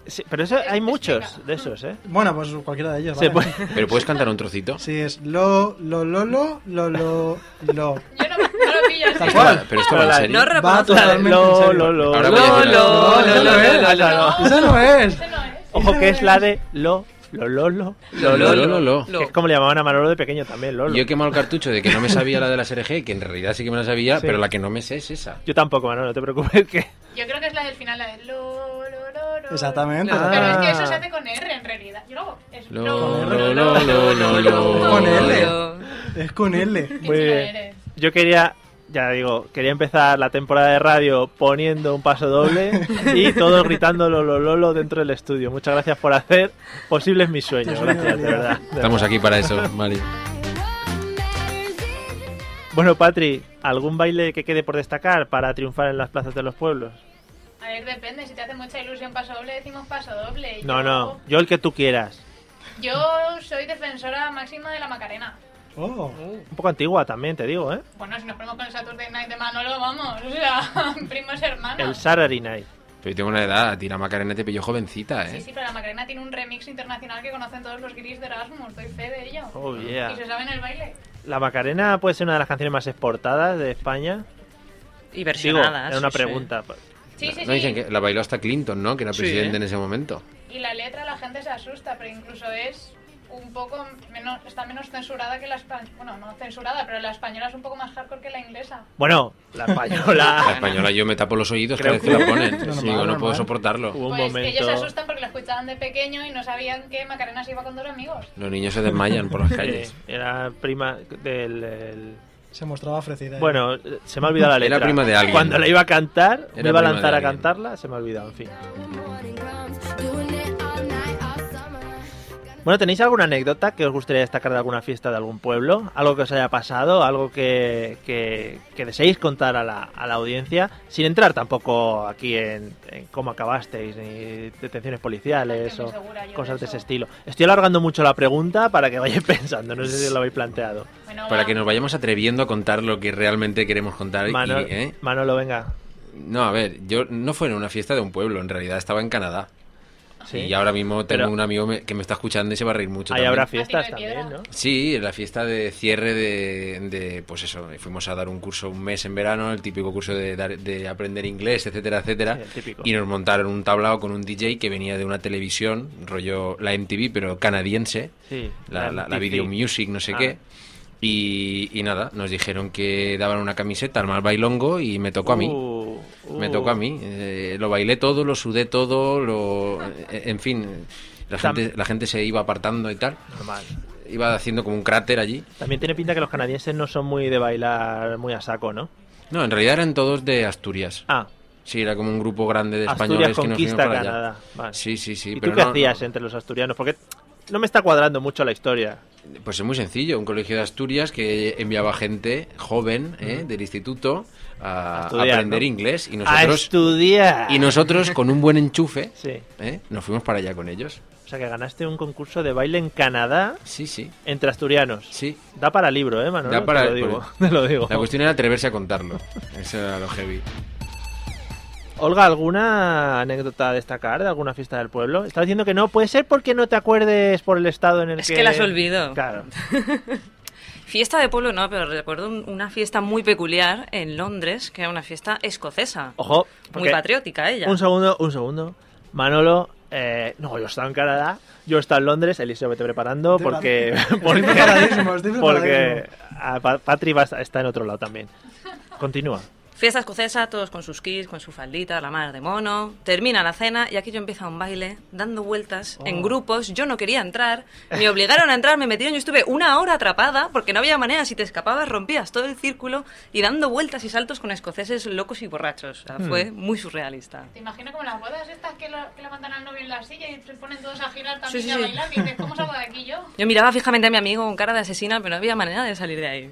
[SPEAKER 4] Sí, pero eso, hay muchos de esos, ¿eh?
[SPEAKER 7] Bueno, pues cualquiera de ellos.
[SPEAKER 4] Se
[SPEAKER 7] vale.
[SPEAKER 4] puede-
[SPEAKER 5] ¿Pero puedes cantar un trocito?
[SPEAKER 7] Sí, es lo, lo, lo, lo, lo, lo, lo.
[SPEAKER 8] Yo no, no lo pillo.
[SPEAKER 7] Tal
[SPEAKER 8] sí.
[SPEAKER 7] cual.
[SPEAKER 5] Pero- Pero esto va
[SPEAKER 4] Pero
[SPEAKER 5] en
[SPEAKER 4] la-
[SPEAKER 5] serio.
[SPEAKER 6] No
[SPEAKER 7] Va
[SPEAKER 6] reconozco. la-
[SPEAKER 7] totalmente en
[SPEAKER 4] Lo,
[SPEAKER 7] serio.
[SPEAKER 4] lo, lo,
[SPEAKER 5] Ahora
[SPEAKER 4] lo,
[SPEAKER 5] voy a
[SPEAKER 4] lo,
[SPEAKER 5] llorar.
[SPEAKER 4] lo,
[SPEAKER 7] Esa no
[SPEAKER 4] lo,
[SPEAKER 7] es.
[SPEAKER 4] lo, lo, lo.
[SPEAKER 7] ¡Eso no es!
[SPEAKER 8] Ese no es.
[SPEAKER 4] Ojo que es la de lo, lo, lo, lo, lo, lo,
[SPEAKER 5] Lo, lo, lo,
[SPEAKER 4] lo. Que es como le llamaban a Manolo de pequeño también, Lolo.
[SPEAKER 5] Yo he quemado el cartucho de que no me sabía la de la SRG, que en realidad sí que me la sabía,
[SPEAKER 4] Sí.
[SPEAKER 5] pero la que no me sé es esa.
[SPEAKER 4] Yo tampoco, Manolo, no te preocupes que...
[SPEAKER 8] Yo creo que es la del final, la de lo, lo, lo, lo.
[SPEAKER 7] Exactamente.
[SPEAKER 5] No.
[SPEAKER 8] Pero es que
[SPEAKER 4] Ah.
[SPEAKER 8] eso se hace con R en realidad. Yo lo hago. Es
[SPEAKER 5] Lo,
[SPEAKER 8] lo,
[SPEAKER 5] lo, lo, lo, lo, lo.
[SPEAKER 7] Con L.
[SPEAKER 6] Lo-
[SPEAKER 7] Es con L.
[SPEAKER 8] Qué
[SPEAKER 4] Muy
[SPEAKER 8] chula
[SPEAKER 4] bien.
[SPEAKER 8] eres.
[SPEAKER 4] Yo quería, ya digo, quería empezar la temporada de radio poniendo un paso doble y todos gritando lo, lo, lo, lo dentro del estudio. Muchas gracias por hacer posibles mis sueños. Gracias, de verdad. de verdad.
[SPEAKER 5] Estamos aquí para eso, Mari.
[SPEAKER 4] Bueno, Patri, ¿algún baile que quede por destacar para triunfar en las plazas de los pueblos?
[SPEAKER 8] A ver, depende. Si te hace mucha ilusión paso doble, decimos paso doble. Y
[SPEAKER 4] No,
[SPEAKER 8] yo-
[SPEAKER 4] no, yo el que tú quieras.
[SPEAKER 8] Yo soy defensora máxima de la Macarena.
[SPEAKER 7] Oh.
[SPEAKER 4] Un poco antigua también, te digo, ¿eh?
[SPEAKER 8] Bueno, si nos ponemos con el Saturday Night de Manolo, vamos. O sea, primos
[SPEAKER 4] El
[SPEAKER 8] hermanos.
[SPEAKER 4] Saturday Night.
[SPEAKER 5] Pero yo tengo una edad, a ti la Macarena te pilló jovencita,
[SPEAKER 8] Sí,
[SPEAKER 5] ¿eh?
[SPEAKER 8] sí, pero la Macarena tiene un remix internacional que conocen todos los gris de Erasmus. Doy fe de ello.
[SPEAKER 4] Oh, yeah.
[SPEAKER 8] Y se saben el baile.
[SPEAKER 4] La Macarena puede ser una de las canciones más exportadas de España.
[SPEAKER 6] Y
[SPEAKER 4] Digo,
[SPEAKER 6] versionadas.
[SPEAKER 4] era una
[SPEAKER 6] sí, sí.
[SPEAKER 4] pregunta.
[SPEAKER 8] Sí, sí,
[SPEAKER 5] No
[SPEAKER 8] sí.
[SPEAKER 5] dicen que la bailó hasta Clinton, ¿no? Que era
[SPEAKER 6] Sí.
[SPEAKER 5] presidente en ese momento.
[SPEAKER 8] Y la letra la gente se asusta, pero incluso es un poco menos, está menos censurada que la española. Bueno, no censurada, pero la española es un poco más hardcore que la inglesa.
[SPEAKER 4] Bueno, la española.
[SPEAKER 5] La española yo me tapo los oídos cada
[SPEAKER 4] Creo
[SPEAKER 5] vez que la ponen.
[SPEAKER 7] Normal,
[SPEAKER 5] Digo, no puedo
[SPEAKER 7] normal.
[SPEAKER 5] soportarlo.
[SPEAKER 4] Hubo un
[SPEAKER 8] pues
[SPEAKER 4] momento.
[SPEAKER 8] ellos se asustan porque la escuchaban de pequeño y no sabían que Macarena se iba con dos amigos.
[SPEAKER 5] Los niños se desmayan por las calles.
[SPEAKER 4] Sí, era prima del. el-
[SPEAKER 7] Se mostraba ofrecida. ¿eh?
[SPEAKER 4] Bueno, se me ha olvidado la
[SPEAKER 5] Era
[SPEAKER 4] letra.
[SPEAKER 5] prima de alguien.
[SPEAKER 4] Cuando la iba a cantar,
[SPEAKER 5] Era
[SPEAKER 4] me iba a
[SPEAKER 5] prima
[SPEAKER 4] lanzar
[SPEAKER 5] de
[SPEAKER 4] a
[SPEAKER 5] alguien.
[SPEAKER 4] cantarla, se me ha olvidado, en fin. Bueno, ¿tenéis alguna anécdota que os gustaría destacar de alguna fiesta de algún pueblo? ¿Algo que os haya pasado? ¿Algo que, que- que deseéis contar a la, a la audiencia? Sin entrar tampoco aquí en, en cómo acabasteis, ni detenciones policiales
[SPEAKER 8] Estoy
[SPEAKER 4] o
[SPEAKER 8] muy segura yo de
[SPEAKER 4] cosas de ese
[SPEAKER 8] eso.
[SPEAKER 4] estilo. Estoy alargando mucho la pregunta para que vayáis pensando, no sé si os lo habéis planteado.
[SPEAKER 8] Bueno,
[SPEAKER 5] Para
[SPEAKER 8] va.
[SPEAKER 5] que nos vayamos atreviendo a contar lo que realmente queremos contar. y-
[SPEAKER 4] Manolo,
[SPEAKER 5] ¿eh?
[SPEAKER 4] Manolo, venga.
[SPEAKER 5] No, a ver, yo no fue en una fiesta de un pueblo, en realidad estaba en Canadá. Y ahora mismo tengo
[SPEAKER 4] Pero-
[SPEAKER 5] un amigo me- que me está escuchando y se va a reír mucho.
[SPEAKER 4] Ahí
[SPEAKER 5] también.
[SPEAKER 4] habrá fiestas
[SPEAKER 8] Patino de
[SPEAKER 4] también, ¿no?
[SPEAKER 8] piedra.
[SPEAKER 5] Sí, en la fiesta de cierre de, de, pues eso, fuimos a dar un curso un mes en verano, el típico curso de, dar- de aprender inglés, etcétera, etcétera,
[SPEAKER 4] Sí, el típico.
[SPEAKER 5] y nos montaron un tablao con un DJ que venía de una televisión, rollo la MTV, pero canadiense,
[SPEAKER 4] Sí.
[SPEAKER 5] la, la- la
[SPEAKER 4] MTV.
[SPEAKER 5] Video Music, no sé
[SPEAKER 4] Ah.
[SPEAKER 5] qué, y, y nada, nos dijeron que daban una camiseta al mal bailongo y me tocó a mí.
[SPEAKER 4] Uh, uh.
[SPEAKER 5] Me tocó a mí. Eh, lo bailé todo, lo sudé todo, lo... eh, en fin, la
[SPEAKER 4] Tam-
[SPEAKER 5] gente, la gente se iba apartando y tal.
[SPEAKER 4] Normal.
[SPEAKER 5] Iba haciendo como un cráter allí.
[SPEAKER 4] También tiene pinta que los canadienses no son muy de bailar muy a saco, ¿no?
[SPEAKER 5] No, en realidad eran todos de Asturias.
[SPEAKER 4] Ah,
[SPEAKER 5] Sí, era como un grupo grande de
[SPEAKER 4] Asturias
[SPEAKER 5] españoles que nos fuimos
[SPEAKER 4] conquista
[SPEAKER 5] para
[SPEAKER 4] Canadá.
[SPEAKER 5] allá.
[SPEAKER 4] Vale.
[SPEAKER 5] Sí, sí, sí.
[SPEAKER 4] ¿Y
[SPEAKER 5] pero
[SPEAKER 4] tú qué
[SPEAKER 5] no-
[SPEAKER 4] hacías entre los asturianos? Porque no me está cuadrando mucho la historia.
[SPEAKER 5] Pues es muy sencillo, un colegio de Asturias que enviaba gente joven ¿eh? del instituto
[SPEAKER 4] A
[SPEAKER 5] a,
[SPEAKER 4] estudiar,
[SPEAKER 5] aprender
[SPEAKER 4] ¿no?
[SPEAKER 5] inglés y
[SPEAKER 4] a
[SPEAKER 5] nosotros,
[SPEAKER 4] estudiar.
[SPEAKER 5] y nosotros con un buen enchufe
[SPEAKER 4] Sí.
[SPEAKER 5] ¿eh? nos fuimos para allá con ellos.
[SPEAKER 4] O sea que ganaste un concurso de baile en Canadá
[SPEAKER 5] Sí, sí,
[SPEAKER 4] entre asturianos.
[SPEAKER 5] sí.
[SPEAKER 4] Da para libro, ¿eh, Manolo?
[SPEAKER 5] Da para-
[SPEAKER 4] Te lo digo. Te lo digo.
[SPEAKER 5] La cuestión era atreverse a contarlo. Eso era lo heavy.
[SPEAKER 4] Olga, ¿alguna anécdota a destacar de alguna fiesta del pueblo? Estás diciendo que no, puede ser porque no te acuerdes por el estado en el
[SPEAKER 6] Es
[SPEAKER 4] que...
[SPEAKER 6] que las olvido.
[SPEAKER 4] Claro.
[SPEAKER 6] Fiesta de pueblo no, pero recuerdo un- una fiesta muy peculiar en Londres, que era una fiesta escocesa.
[SPEAKER 4] Ojo,
[SPEAKER 6] muy
[SPEAKER 4] porque-
[SPEAKER 6] patriótica ella.
[SPEAKER 4] Un segundo, un segundo. Manolo, eh, no, yo estaba en Canadá, yo estaba en Londres, Eliseo vete preparando
[SPEAKER 7] Estoy
[SPEAKER 4] porque...
[SPEAKER 7] preparado.
[SPEAKER 4] porque
[SPEAKER 7] Estoy preparadísimo, estoy
[SPEAKER 4] porque
[SPEAKER 7] preparadísimo.
[SPEAKER 4] a Pa- Patri va- está en otro lado también. Continúa.
[SPEAKER 6] Fiesta escocesa, todos con sus kits, con su faldita, la mar de mono. Termina la cena y aquello empieza un baile, dando vueltas
[SPEAKER 4] Oh.
[SPEAKER 6] en grupos. Yo no quería entrar, me obligaron a entrar, me metieron. Yo estuve una hora atrapada porque no había manera. Si te escapabas, rompías todo el círculo y dando vueltas y saltos con escoceses locos y borrachos. O
[SPEAKER 4] Hmm.
[SPEAKER 6] sea, Fue muy surrealista.
[SPEAKER 8] Te imagino como las bodas estas que, lo- que levantan al novio en la silla y se ponen todos a girar también
[SPEAKER 6] Sí, sí,
[SPEAKER 8] y a
[SPEAKER 6] sí.
[SPEAKER 8] bailar. Y dices, ¿cómo salgo de aquí yo?
[SPEAKER 6] Yo miraba fijamente a mi amigo con cara de asesina, pero no había manera de salir de ahí.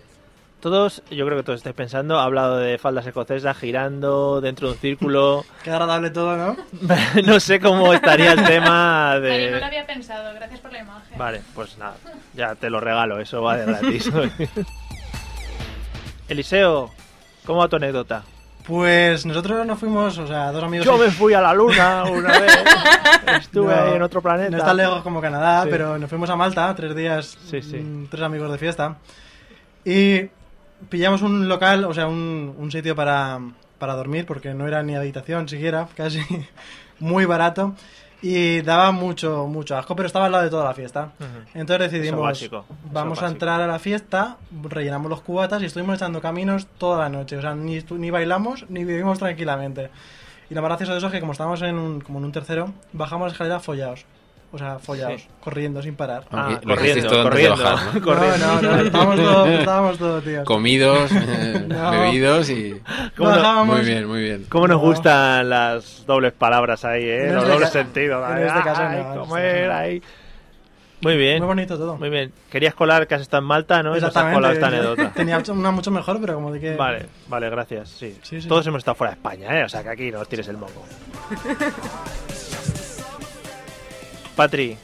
[SPEAKER 4] Todos, yo creo que todos estáis pensando, ha hablado de faldas escocesas, girando dentro de un círculo.
[SPEAKER 7] Qué agradable todo, ¿no?
[SPEAKER 4] no sé cómo estaría el tema de.
[SPEAKER 8] Vale, no lo había pensado, gracias por la imagen.
[SPEAKER 4] Vale, pues nada, ya te lo regalo, eso va de gratis. Eliseo, ¿cómo va tu anécdota?
[SPEAKER 7] Pues nosotros nos fuimos, o sea, dos amigos.
[SPEAKER 4] Yo me fui a la luna una vez, estuve
[SPEAKER 7] No,
[SPEAKER 4] ahí en otro planeta.
[SPEAKER 7] No está lejos como Canadá,
[SPEAKER 4] Sí.
[SPEAKER 7] pero nos fuimos a Malta, tres días,
[SPEAKER 4] Sí, sí.
[SPEAKER 7] mm, tres amigos de fiesta. Y pillamos un local, o sea, un, un sitio para, para dormir, porque no era ni habitación siquiera, casi muy barato. Y daba mucho, mucho asco, pero estaba al lado de toda la fiesta. Entonces decidimos,
[SPEAKER 4] básico, eso
[SPEAKER 7] vamos
[SPEAKER 4] básico.
[SPEAKER 7] a entrar a la fiesta, rellenamos los cubatas y estuvimos echando caminos toda la noche. O sea, ni, estu- ni bailamos ni vivimos tranquilamente. Y lo más gracioso de eso es que como estábamos en un, como en un tercero, bajamos la escalera follados. O sea, follados,
[SPEAKER 4] Sí.
[SPEAKER 7] corriendo sin parar.
[SPEAKER 4] Ah,
[SPEAKER 5] Lo hicisteis
[SPEAKER 4] corriendo,
[SPEAKER 5] todo antes de
[SPEAKER 4] corriendo,
[SPEAKER 5] bajar, ¿no?
[SPEAKER 4] corriendo.
[SPEAKER 7] No, no, no, estábamos todos, estábamos todos, tíos.
[SPEAKER 5] Comidos, eh,
[SPEAKER 7] No.
[SPEAKER 5] bebidos y...
[SPEAKER 4] ¿Cómo no?
[SPEAKER 7] Bajábamos-
[SPEAKER 5] Muy bien, muy bien.
[SPEAKER 4] ¿Cómo nos
[SPEAKER 7] No.
[SPEAKER 4] gustan las dobles palabras ahí, eh?
[SPEAKER 7] En
[SPEAKER 4] Los
[SPEAKER 7] este
[SPEAKER 4] dobles
[SPEAKER 7] ca-
[SPEAKER 4] sentidos.
[SPEAKER 7] en
[SPEAKER 4] ahí,
[SPEAKER 7] este caso
[SPEAKER 4] ay,
[SPEAKER 7] no, en
[SPEAKER 4] cómo
[SPEAKER 7] este caso
[SPEAKER 4] era
[SPEAKER 7] no.
[SPEAKER 4] ahí. Muy bien.
[SPEAKER 7] Muy bonito todo.
[SPEAKER 4] Muy bien. Querías colar que has estado en Malta, ¿no? Y nos has colado esta anécdota.
[SPEAKER 7] Tenía una mucho mejor, pero como de que...
[SPEAKER 4] Vale, vale, gracias. Sí.
[SPEAKER 7] Sí, sí,
[SPEAKER 4] Todos
[SPEAKER 7] sí.
[SPEAKER 4] hemos estado fuera de España, ¿eh? O sea que aquí no os tires el moco. Patri,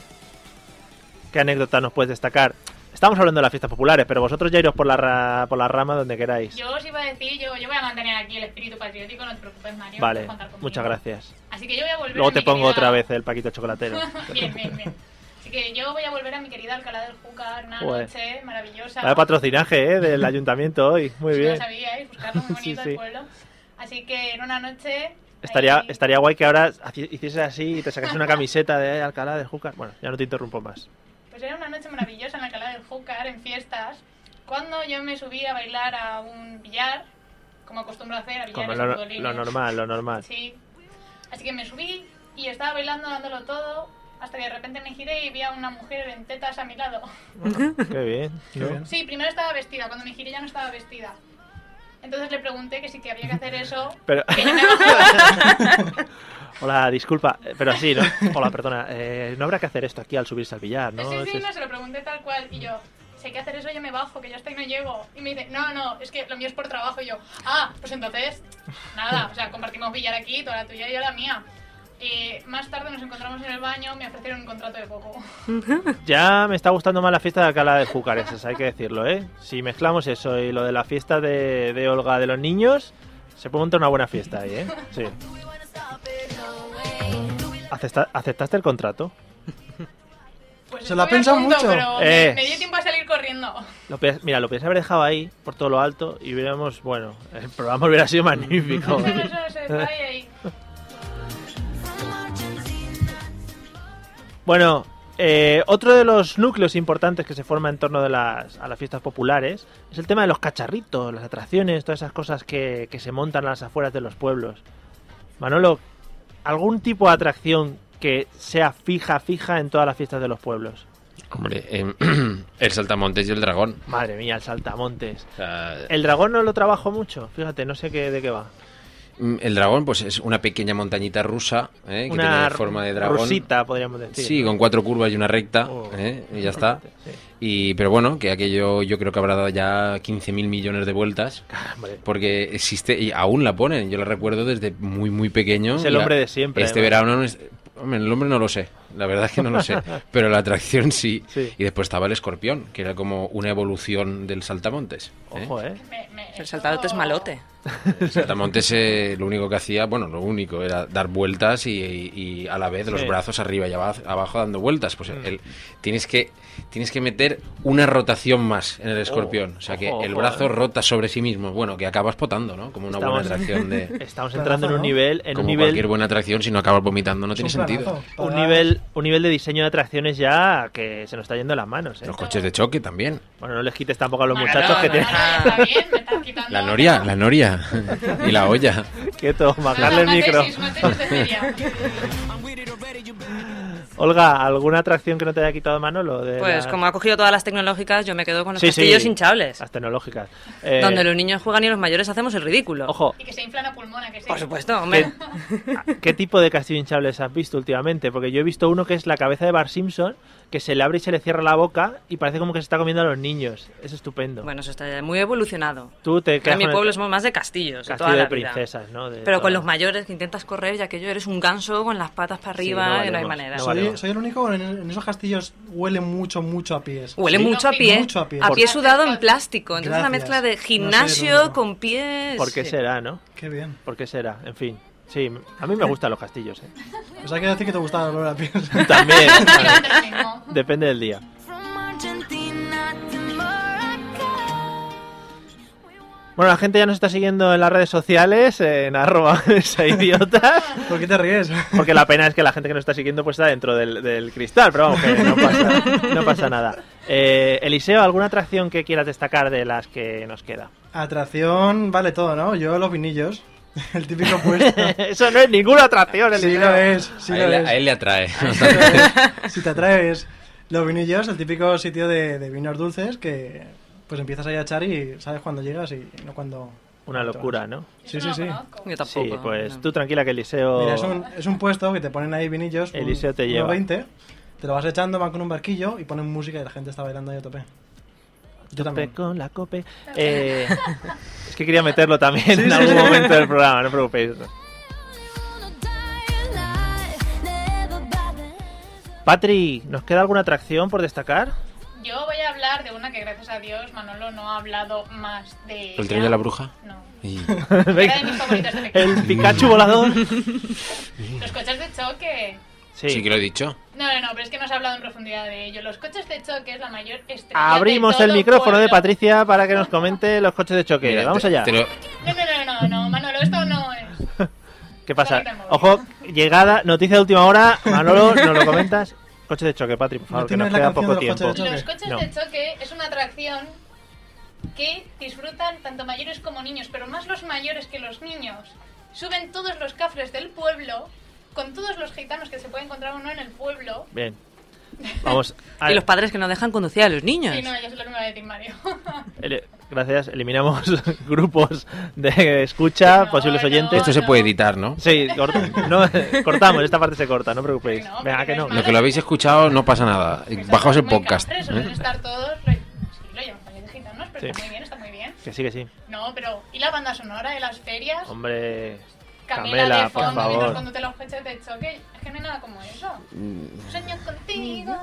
[SPEAKER 4] ¿qué anécdota nos puedes destacar? Estamos hablando de las fiestas populares, pero vosotros ya iros por la, ra- por la rama donde queráis.
[SPEAKER 8] Yo os iba a decir, yo, yo voy a mantener aquí el espíritu patriótico, no te preocupes, Mario.
[SPEAKER 4] vale,
[SPEAKER 8] puedes contar conmigo.
[SPEAKER 4] muchas gracias.
[SPEAKER 8] Así que yo voy a volver
[SPEAKER 4] Luego
[SPEAKER 8] a
[SPEAKER 4] te
[SPEAKER 8] mi
[SPEAKER 4] pongo
[SPEAKER 8] querida-
[SPEAKER 4] otra vez el paquito chocolatero.
[SPEAKER 8] bien, bien, bien. Así que yo voy a volver a mi querida Alcalá del Júcar, una
[SPEAKER 4] Joder.
[SPEAKER 8] noche maravillosa.
[SPEAKER 4] Vale, patrocinaje ¿eh? del ayuntamiento hoy. Muy
[SPEAKER 8] Si
[SPEAKER 4] bien.
[SPEAKER 8] No lo sabíais, buscarlo muy
[SPEAKER 4] Sí,
[SPEAKER 8] bonito
[SPEAKER 4] sí.
[SPEAKER 8] el pueblo. Así que en una noche.
[SPEAKER 4] Estaría,
[SPEAKER 8] ahí-
[SPEAKER 4] estaría guay que ahora haci- hicieses así y te sacas una camiseta de Alcalá de Júcar. Bueno, ya no te interrumpo más.
[SPEAKER 8] Pues era una noche maravillosa en Alcalá del Júcar, en fiestas, cuando yo me subí a bailar a un billar, como acostumbro a hacer, a
[SPEAKER 4] Como
[SPEAKER 8] billares y
[SPEAKER 4] lo,
[SPEAKER 8] futbolines.
[SPEAKER 4] lo normal, lo normal.
[SPEAKER 8] Sí. Así que me subí y estaba bailando, dándolo todo, hasta que de repente me giré y vi a una mujer en tetas a mi lado.
[SPEAKER 4] Qué bien.
[SPEAKER 7] Qué
[SPEAKER 4] ¿no?
[SPEAKER 7] bien.
[SPEAKER 8] Sí, primero estaba vestida, cuando me giré ya no estaba vestida. Entonces le pregunté que si que había que hacer eso.
[SPEAKER 4] Pero,
[SPEAKER 8] que yo me bajaba.
[SPEAKER 4] hola, disculpa, eh, pero así, ¿no? Hola, perdona, eh, no habrá que hacer esto aquí al subirse al billar, ¿no?
[SPEAKER 8] sí, sí,
[SPEAKER 4] Es-
[SPEAKER 8] no, se lo pregunté tal cual. Y yo, si hay que hacer eso, yo me bajo, que yo hasta ahí no llego. Y me dice, no, no, es que lo mío es por trabajo. Y yo, ah, pues entonces, nada, o sea, compartimos billar aquí, toda la tuya y yo la mía. Y más tarde nos encontramos en el baño, me ofrecieron un contrato de poco.
[SPEAKER 4] Ya me está gustando más la fiesta de Alcalá de Júcar, esas, hay que decirlo, ¿eh? Si mezclamos eso y lo de la fiesta de, de Olga de los niños, se puede montar una buena fiesta ahí, ¿eh? Sí. ¿Acepta- ¿Aceptaste el contrato?
[SPEAKER 8] Pues
[SPEAKER 7] Se lo ha
[SPEAKER 8] estuve a
[SPEAKER 7] pensado
[SPEAKER 8] punto,
[SPEAKER 7] mucho.
[SPEAKER 8] Pero me-
[SPEAKER 4] Eh.
[SPEAKER 8] me, dio tiempo a salir corriendo.
[SPEAKER 4] Lo pe- mira, lo podías haber dejado ahí por todo lo alto y hubiéramos, bueno, el programa hubiera sido magnífico.
[SPEAKER 8] Eso, eso, eso, está ahí, ahí.
[SPEAKER 4] Bueno, eh, otro de los núcleos importantes que se forma en torno de las, a las fiestas populares es el tema de los cacharritos, las atracciones, todas esas cosas que, que se montan a las afueras de los pueblos. Manolo, ¿algún tipo de atracción que sea fija, fija en todas las fiestas de los pueblos?
[SPEAKER 5] Hombre, em, el saltamontes y el dragón.
[SPEAKER 4] Madre mía, el saltamontes.
[SPEAKER 5] O sea,
[SPEAKER 4] El dragón no lo trabajo mucho, fíjate, no sé qué, de qué va.
[SPEAKER 5] mm, el dragón, pues es una pequeña montañita rusa, ¿eh? que
[SPEAKER 4] Una
[SPEAKER 5] tiene forma de dragón.
[SPEAKER 4] Rosita, podríamos decir.
[SPEAKER 5] Sí, con cuatro curvas y una recta,
[SPEAKER 4] Oh.
[SPEAKER 5] ¿eh? y ya está.
[SPEAKER 4] Sí.
[SPEAKER 5] Y, pero bueno, que aquello yo creo que habrá dado ya 15.000 millones de vueltas,
[SPEAKER 4] Hombre,
[SPEAKER 5] porque existe y aún la ponen. Yo la recuerdo desde muy, muy pequeño.
[SPEAKER 4] Es el
[SPEAKER 5] La-
[SPEAKER 4] hombre de siempre,
[SPEAKER 5] Este
[SPEAKER 4] además.
[SPEAKER 5] verano, no es- hombre, el hombre no lo sé, la verdad es que no lo sé, pero la atracción sí.
[SPEAKER 4] Sí.
[SPEAKER 5] Y después estaba el escorpión, que era como una evolución del saltamontes. ¿eh?
[SPEAKER 4] Ojo, ¿eh?
[SPEAKER 8] Me- me-
[SPEAKER 6] El
[SPEAKER 8] eso-
[SPEAKER 6] saltadote es malote.
[SPEAKER 5] El saltamontes eh, lo único que hacía, bueno, lo único era dar vueltas y, y a la vez los
[SPEAKER 4] Sí. Mm.
[SPEAKER 5] brazos arriba y aba- abajo dando vueltas. Pues el- tienes, que, tienes que meter una rotación más en el escorpión. o sea que
[SPEAKER 4] Oh. ojo,
[SPEAKER 5] el
[SPEAKER 4] ojo,
[SPEAKER 5] brazo
[SPEAKER 4] eh.
[SPEAKER 5] rota sobre sí mismo. Bueno, que acabas potando, ¿no? Como una
[SPEAKER 4] Estamos-
[SPEAKER 5] buena atracción de...
[SPEAKER 4] Estamos entrando en un
[SPEAKER 7] Planazo, ¿no?
[SPEAKER 4] nivel, en un
[SPEAKER 5] Como
[SPEAKER 4] nivel
[SPEAKER 5] cualquier buena atracción, si no acabas vomitando no tiene
[SPEAKER 7] Es un
[SPEAKER 5] sentido.
[SPEAKER 7] planazo
[SPEAKER 4] un
[SPEAKER 7] para-
[SPEAKER 4] nivel, un nivel de diseño de atracciones ya que se nos está yendo de las manos. ¿eh?
[SPEAKER 5] Los coches de choque también.
[SPEAKER 4] Bueno, no les quites tampoco a los
[SPEAKER 8] Ah,
[SPEAKER 4] muchachos
[SPEAKER 8] no,
[SPEAKER 4] que
[SPEAKER 8] no,
[SPEAKER 4] tienen
[SPEAKER 8] ahora ya está bien, me estás quitando-
[SPEAKER 5] La noria, la noria y la olla.
[SPEAKER 4] quieto, bajarle el
[SPEAKER 8] Una
[SPEAKER 4] micro.
[SPEAKER 8] tesis, una tesis de feria.
[SPEAKER 4] Olga, ¿alguna atracción que no te haya quitado Manolo? De
[SPEAKER 6] Pues
[SPEAKER 4] las-
[SPEAKER 6] como ha cogido todas las tecnológicas, yo me quedo con los
[SPEAKER 4] Sí, sí.
[SPEAKER 6] castillos hinchables.
[SPEAKER 4] Las tecnológicas. Eh,
[SPEAKER 6] Donde los niños juegan y los mayores hacemos el ridículo.
[SPEAKER 4] Ojo,
[SPEAKER 8] Y que se inflan a pulmona, que sí.
[SPEAKER 6] Por supuesto,
[SPEAKER 4] ¿qué,
[SPEAKER 6] hombre.
[SPEAKER 4] qué tipo de castillo hinchables has visto últimamente? Porque yo he visto uno que es la cabeza de Bar Simpson, que se le abre y se le cierra la boca y parece como que se está comiendo a los niños. Es estupendo.
[SPEAKER 6] Bueno, eso está muy evolucionado.
[SPEAKER 4] Tú te quedas
[SPEAKER 6] En mi
[SPEAKER 4] con el
[SPEAKER 6] pueblo somos más de castillos. de toda
[SPEAKER 4] castillo de
[SPEAKER 6] la vida.
[SPEAKER 4] princesas, ¿no? De
[SPEAKER 6] Pero
[SPEAKER 4] toda-
[SPEAKER 6] con los mayores que intentas correr, ya que yo eres un ganso con las patas para
[SPEAKER 4] Sí,
[SPEAKER 6] arriba,
[SPEAKER 4] no
[SPEAKER 6] y no hay
[SPEAKER 4] valemos,
[SPEAKER 6] manera.
[SPEAKER 4] no
[SPEAKER 7] ¿Soy,
[SPEAKER 4] valemos.
[SPEAKER 7] soy el único? En, en esos castillos huele mucho, mucho a pies.
[SPEAKER 6] Huele
[SPEAKER 8] Sí.
[SPEAKER 6] mucho a pie,
[SPEAKER 7] Mucho a pie.
[SPEAKER 6] a
[SPEAKER 4] Por-
[SPEAKER 6] pie sudado en plástico. Entonces una
[SPEAKER 7] Gracias.
[SPEAKER 6] mezcla de
[SPEAKER 7] No soy el
[SPEAKER 6] gimnasio
[SPEAKER 7] único.
[SPEAKER 6] con pies.
[SPEAKER 4] ¿Por qué
[SPEAKER 6] Sí.
[SPEAKER 4] será, no?
[SPEAKER 7] Qué bien.
[SPEAKER 4] ¿Por qué será? En fin. Sí, a mí me gustan los castillos, ¿eh?
[SPEAKER 7] O sea, hay que decir que te gustaba el olor a pies.
[SPEAKER 4] También.
[SPEAKER 8] Pero mismo.
[SPEAKER 4] Depende del día. Bueno, la gente ya nos está siguiendo en las redes sociales, en arroba esa idiota,
[SPEAKER 7] ¿Por qué te ríes?
[SPEAKER 4] porque la pena es que la gente que nos está siguiendo pues está dentro del, del cristal, pero vamos, que no pasa, no pasa nada. Eh, Eliseo, ¿alguna atracción que quieras destacar de las que nos queda?
[SPEAKER 7] Atracción, vale todo, ¿no? Yo los vinillos. El típico puesto.
[SPEAKER 4] Eso no es ninguna atracción,
[SPEAKER 7] Sí
[SPEAKER 4] Eliseo.
[SPEAKER 7] lo es, sí
[SPEAKER 5] a,
[SPEAKER 7] lo
[SPEAKER 5] él,
[SPEAKER 7] es.
[SPEAKER 5] a él le atrae.
[SPEAKER 7] si te atraes los vinillos, el típico sitio de, de vinos dulces que pues empiezas ahí a echar y sabes cuándo llegas y no cuando...
[SPEAKER 4] Una locura, ¿no?
[SPEAKER 7] Sí,
[SPEAKER 8] Eso
[SPEAKER 7] sí, sí.
[SPEAKER 8] no lo conozco.
[SPEAKER 6] Yo
[SPEAKER 4] Sí,
[SPEAKER 6] tampoco.
[SPEAKER 4] pues
[SPEAKER 6] no.
[SPEAKER 4] tú tranquila que Eliseo...
[SPEAKER 7] Mira, es un, es un puesto que te ponen ahí vinillos. un-
[SPEAKER 4] Eliseo te
[SPEAKER 7] unos
[SPEAKER 4] lleva.
[SPEAKER 7] 20, te lo vas echando, van con un barquillo y ponen música y la gente está bailando ahí a tope.
[SPEAKER 4] Tope
[SPEAKER 7] Yo también.
[SPEAKER 4] con la cope. Eh, es que quería meterlo también
[SPEAKER 7] Sí,
[SPEAKER 4] en
[SPEAKER 7] sí,
[SPEAKER 4] algún
[SPEAKER 7] sí.
[SPEAKER 4] momento del programa, no os preocupéis. Patri, ¿nos queda alguna atracción por destacar?
[SPEAKER 8] Yo voy a hablar de una que gracias a Dios Manolo no ha hablado más de.
[SPEAKER 5] El
[SPEAKER 8] ella.
[SPEAKER 5] tren de la bruja.
[SPEAKER 8] No.
[SPEAKER 5] Y-
[SPEAKER 8] Era de mis favoritas de pequeña.
[SPEAKER 4] El Pikachu volador.
[SPEAKER 8] Los coches de choque.
[SPEAKER 4] Sí.
[SPEAKER 5] Sí que lo he dicho.
[SPEAKER 8] No, no, no, pero es que no se ha hablado en profundidad de ello. Los coches de choque es la mayor estrella. de
[SPEAKER 4] Abrimos
[SPEAKER 8] todo
[SPEAKER 4] el micrófono de
[SPEAKER 8] pueblo.
[SPEAKER 4] Patricia para que nos comente los coches de choque.
[SPEAKER 5] Mira,
[SPEAKER 4] Vamos
[SPEAKER 5] te-
[SPEAKER 4] allá.
[SPEAKER 5] te lo-
[SPEAKER 8] No, no, no, no, no, Manolo, esto no es.
[SPEAKER 4] ¿Qué pasa?
[SPEAKER 8] Conecta el móvil.
[SPEAKER 4] Ojo, llegada, noticia de última hora. Manolo, ¿nos lo comentas? Coches de choque, Patri, por favor,
[SPEAKER 7] No
[SPEAKER 4] que nos
[SPEAKER 7] tienes la
[SPEAKER 4] queda
[SPEAKER 7] canción
[SPEAKER 4] poco
[SPEAKER 7] de los
[SPEAKER 4] tiempo.
[SPEAKER 7] coches de
[SPEAKER 8] Los
[SPEAKER 7] Choque.
[SPEAKER 8] coches
[SPEAKER 4] No.
[SPEAKER 8] de choque es una atracción que disfrutan tanto mayores como niños, pero más los mayores que los niños. Suben todos los cafres del pueblo con todos los gitanos que se puede encontrar uno en el pueblo.
[SPEAKER 4] Bien. Vamos. a-
[SPEAKER 6] Y los padres que no dejan conducir a los niños.
[SPEAKER 8] Sí, no, ya se lo iba a decir Mario.
[SPEAKER 4] ele- Gracias, eliminamos grupos de escucha,
[SPEAKER 8] No,
[SPEAKER 4] posibles
[SPEAKER 8] no.
[SPEAKER 4] oyentes.
[SPEAKER 5] Esto se puede editar, ¿no?
[SPEAKER 4] Sí, cort- no, cortamos, esta parte se corta, no os preocupéis.
[SPEAKER 8] Que no,
[SPEAKER 4] Venga,
[SPEAKER 8] porque
[SPEAKER 4] que no.
[SPEAKER 8] no
[SPEAKER 5] Lo que lo habéis escuchado no pasa nada. Bajaos el
[SPEAKER 8] Muy
[SPEAKER 5] podcast.
[SPEAKER 8] cafres,
[SPEAKER 5] ¿eh?
[SPEAKER 8] Suelen estar todos... lo- Sí, lo llevan mayores gitanos, pero
[SPEAKER 4] Sí.
[SPEAKER 8] está muy bien, está muy bien.
[SPEAKER 4] Que sí, que sí.
[SPEAKER 8] No, pero... ¿Y la banda sonora de las ferias?
[SPEAKER 4] Hombre,
[SPEAKER 8] Camela,
[SPEAKER 4] Camela,
[SPEAKER 8] de
[SPEAKER 4] por
[SPEAKER 8] fondo mientras
[SPEAKER 4] favor.
[SPEAKER 8] cuando te los coches de choque. Es que no hay nada como eso.
[SPEAKER 5] Mm.
[SPEAKER 8] Sueño contigo.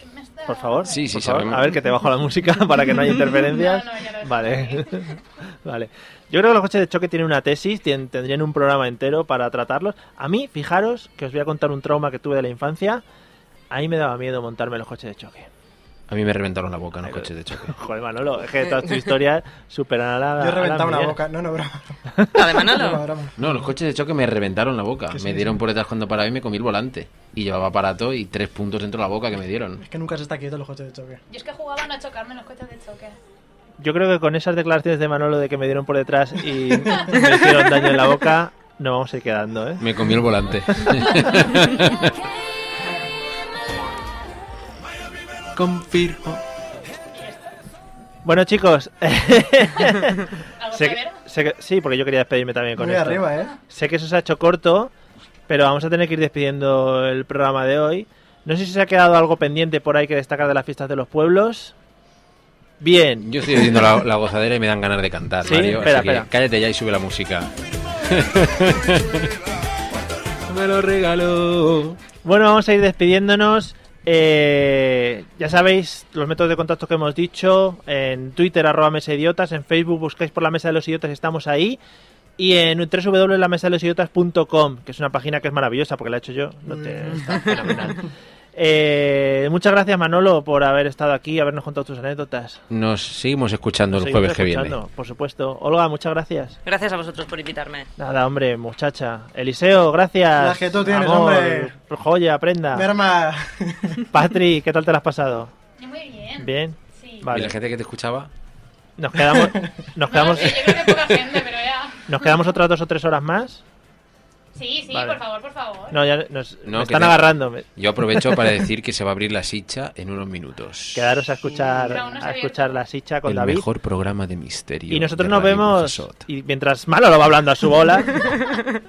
[SPEAKER 8] que me estás-
[SPEAKER 4] Por favor.
[SPEAKER 5] Sí, sí,
[SPEAKER 4] por favor.
[SPEAKER 5] sabemos.
[SPEAKER 4] A ver, que te bajo la música para que no haya interferencias.
[SPEAKER 8] No, no, ya lo he hecho,
[SPEAKER 4] vale. vale. Yo creo que los coches de choque tienen una tesis, tien- tendrían un programa entero para tratarlos. A mí, fijaros, que os voy a contar un trauma que tuve de la infancia. A mí me daba miedo montarme en los coches de choque.
[SPEAKER 5] A mí me reventaron la boca en los coches de choque.
[SPEAKER 4] Joder, Manolo, es que todas tus historias superan a la.
[SPEAKER 7] Yo he
[SPEAKER 4] a la
[SPEAKER 7] reventado una
[SPEAKER 4] mía.
[SPEAKER 7] boca. No, no, broma.
[SPEAKER 6] La de
[SPEAKER 7] broma,
[SPEAKER 6] Manolo.
[SPEAKER 7] broma.
[SPEAKER 5] No, los coches de choque me reventaron la boca.
[SPEAKER 7] Que sí,
[SPEAKER 5] Me dieron por detrás cuando paraba y me comí el volante. Y llevaba aparato y tres puntos dentro de la boca que me dieron.
[SPEAKER 7] Es que nunca se está quieto los coches de choque.
[SPEAKER 8] Yo es que jugaban a chocarme en los coches de choque.
[SPEAKER 4] Yo creo que con esas declaraciones de Manolo de que me dieron por detrás y me hicieron daño en la boca, no vamos a ir quedando, ¿eh?
[SPEAKER 5] Me comí el volante. Confirmo.
[SPEAKER 4] Bueno, chicos,
[SPEAKER 8] ¿Algo
[SPEAKER 4] sé que-
[SPEAKER 8] severo?
[SPEAKER 4] sé que- sí, porque yo quería despedirme también con
[SPEAKER 7] Muy
[SPEAKER 4] esto.
[SPEAKER 7] arriba, ¿eh?
[SPEAKER 4] Sé que eso se ha hecho corto, pero vamos a tener que ir despidiendo el programa de hoy. No sé si se ha quedado algo pendiente por ahí que destacar de las fiestas de los pueblos. Bien,
[SPEAKER 5] Yo estoy oyendo la, la gozadera y me dan ganas de cantar,
[SPEAKER 4] Sí,
[SPEAKER 5] Mario.
[SPEAKER 4] espera,
[SPEAKER 5] así que
[SPEAKER 4] espera.
[SPEAKER 5] cállate ya y sube la música. me lo regaló.
[SPEAKER 4] Bueno, vamos a ir despidiéndonos. Eh, ya sabéis los métodos de contacto que hemos dicho. En Twitter, arroba mesa idiotas. En Facebook, buscáis por la mesa de los idiotas, estamos ahí. Y en www.lamesadelosidiotas.com, que es una página que es maravillosa porque la he hecho yo. No te-
[SPEAKER 7] Mm.
[SPEAKER 4] está fenomenal. Eh, muchas gracias, Manolo, por haber estado aquí y habernos contado tus anécdotas.
[SPEAKER 5] Nos seguimos escuchando el
[SPEAKER 4] Seguimos
[SPEAKER 5] jueves que viene.
[SPEAKER 4] escuchando, Por supuesto. Olga, muchas gracias.
[SPEAKER 6] Gracias a vosotros por invitarme.
[SPEAKER 4] Nada, hombre, muchacha. Eliseo, gracias.
[SPEAKER 7] Las que tú tienes,
[SPEAKER 4] Amor,
[SPEAKER 7] hombre.
[SPEAKER 4] Joya, prenda.
[SPEAKER 7] Mi arma.
[SPEAKER 4] Patri, ¿qué tal te lo has pasado?
[SPEAKER 8] Y Muy bien.
[SPEAKER 4] Bien,
[SPEAKER 8] Sí.
[SPEAKER 4] vale.
[SPEAKER 5] ¿Y la gente que te escuchaba?
[SPEAKER 4] Nos quedamos, nos
[SPEAKER 8] No,
[SPEAKER 4] quedamos,
[SPEAKER 8] sí, yo creo que poca gente, pero ya.
[SPEAKER 4] nos quedamos otras dos o tres horas más.
[SPEAKER 8] Sí, sí,
[SPEAKER 4] Vale.
[SPEAKER 8] por favor, por favor.
[SPEAKER 4] No, ya nos
[SPEAKER 5] No,
[SPEAKER 4] me
[SPEAKER 5] que
[SPEAKER 4] están
[SPEAKER 5] te-
[SPEAKER 4] agarrando. me-
[SPEAKER 5] Yo aprovecho para decir que se va a abrir la sicha en unos minutos.
[SPEAKER 4] Quedaros a escuchar,
[SPEAKER 8] Sí, aún no se
[SPEAKER 4] a
[SPEAKER 8] ha
[SPEAKER 4] escuchar la sicha con
[SPEAKER 5] el
[SPEAKER 4] David.
[SPEAKER 5] mejor programa de misterio.
[SPEAKER 4] Y nosotros
[SPEAKER 5] de
[SPEAKER 4] nos
[SPEAKER 5] Radio
[SPEAKER 4] vemos.
[SPEAKER 5] Burjasot.
[SPEAKER 4] Y mientras Malo lo va hablando a su bola,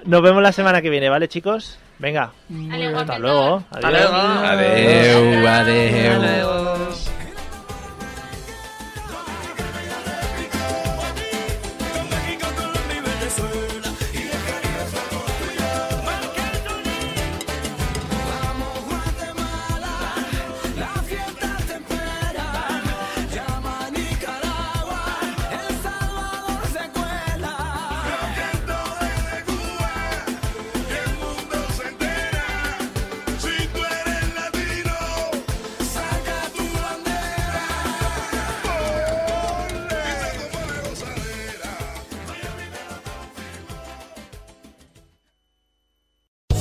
[SPEAKER 4] nos vemos la semana que viene, ¿vale, chicos? Venga,
[SPEAKER 8] Ale,
[SPEAKER 4] hasta
[SPEAKER 8] guapetón.
[SPEAKER 4] luego.
[SPEAKER 10] Hasta
[SPEAKER 4] adiós.
[SPEAKER 10] luego.
[SPEAKER 5] Adeu, adeu.
[SPEAKER 10] Hasta luego.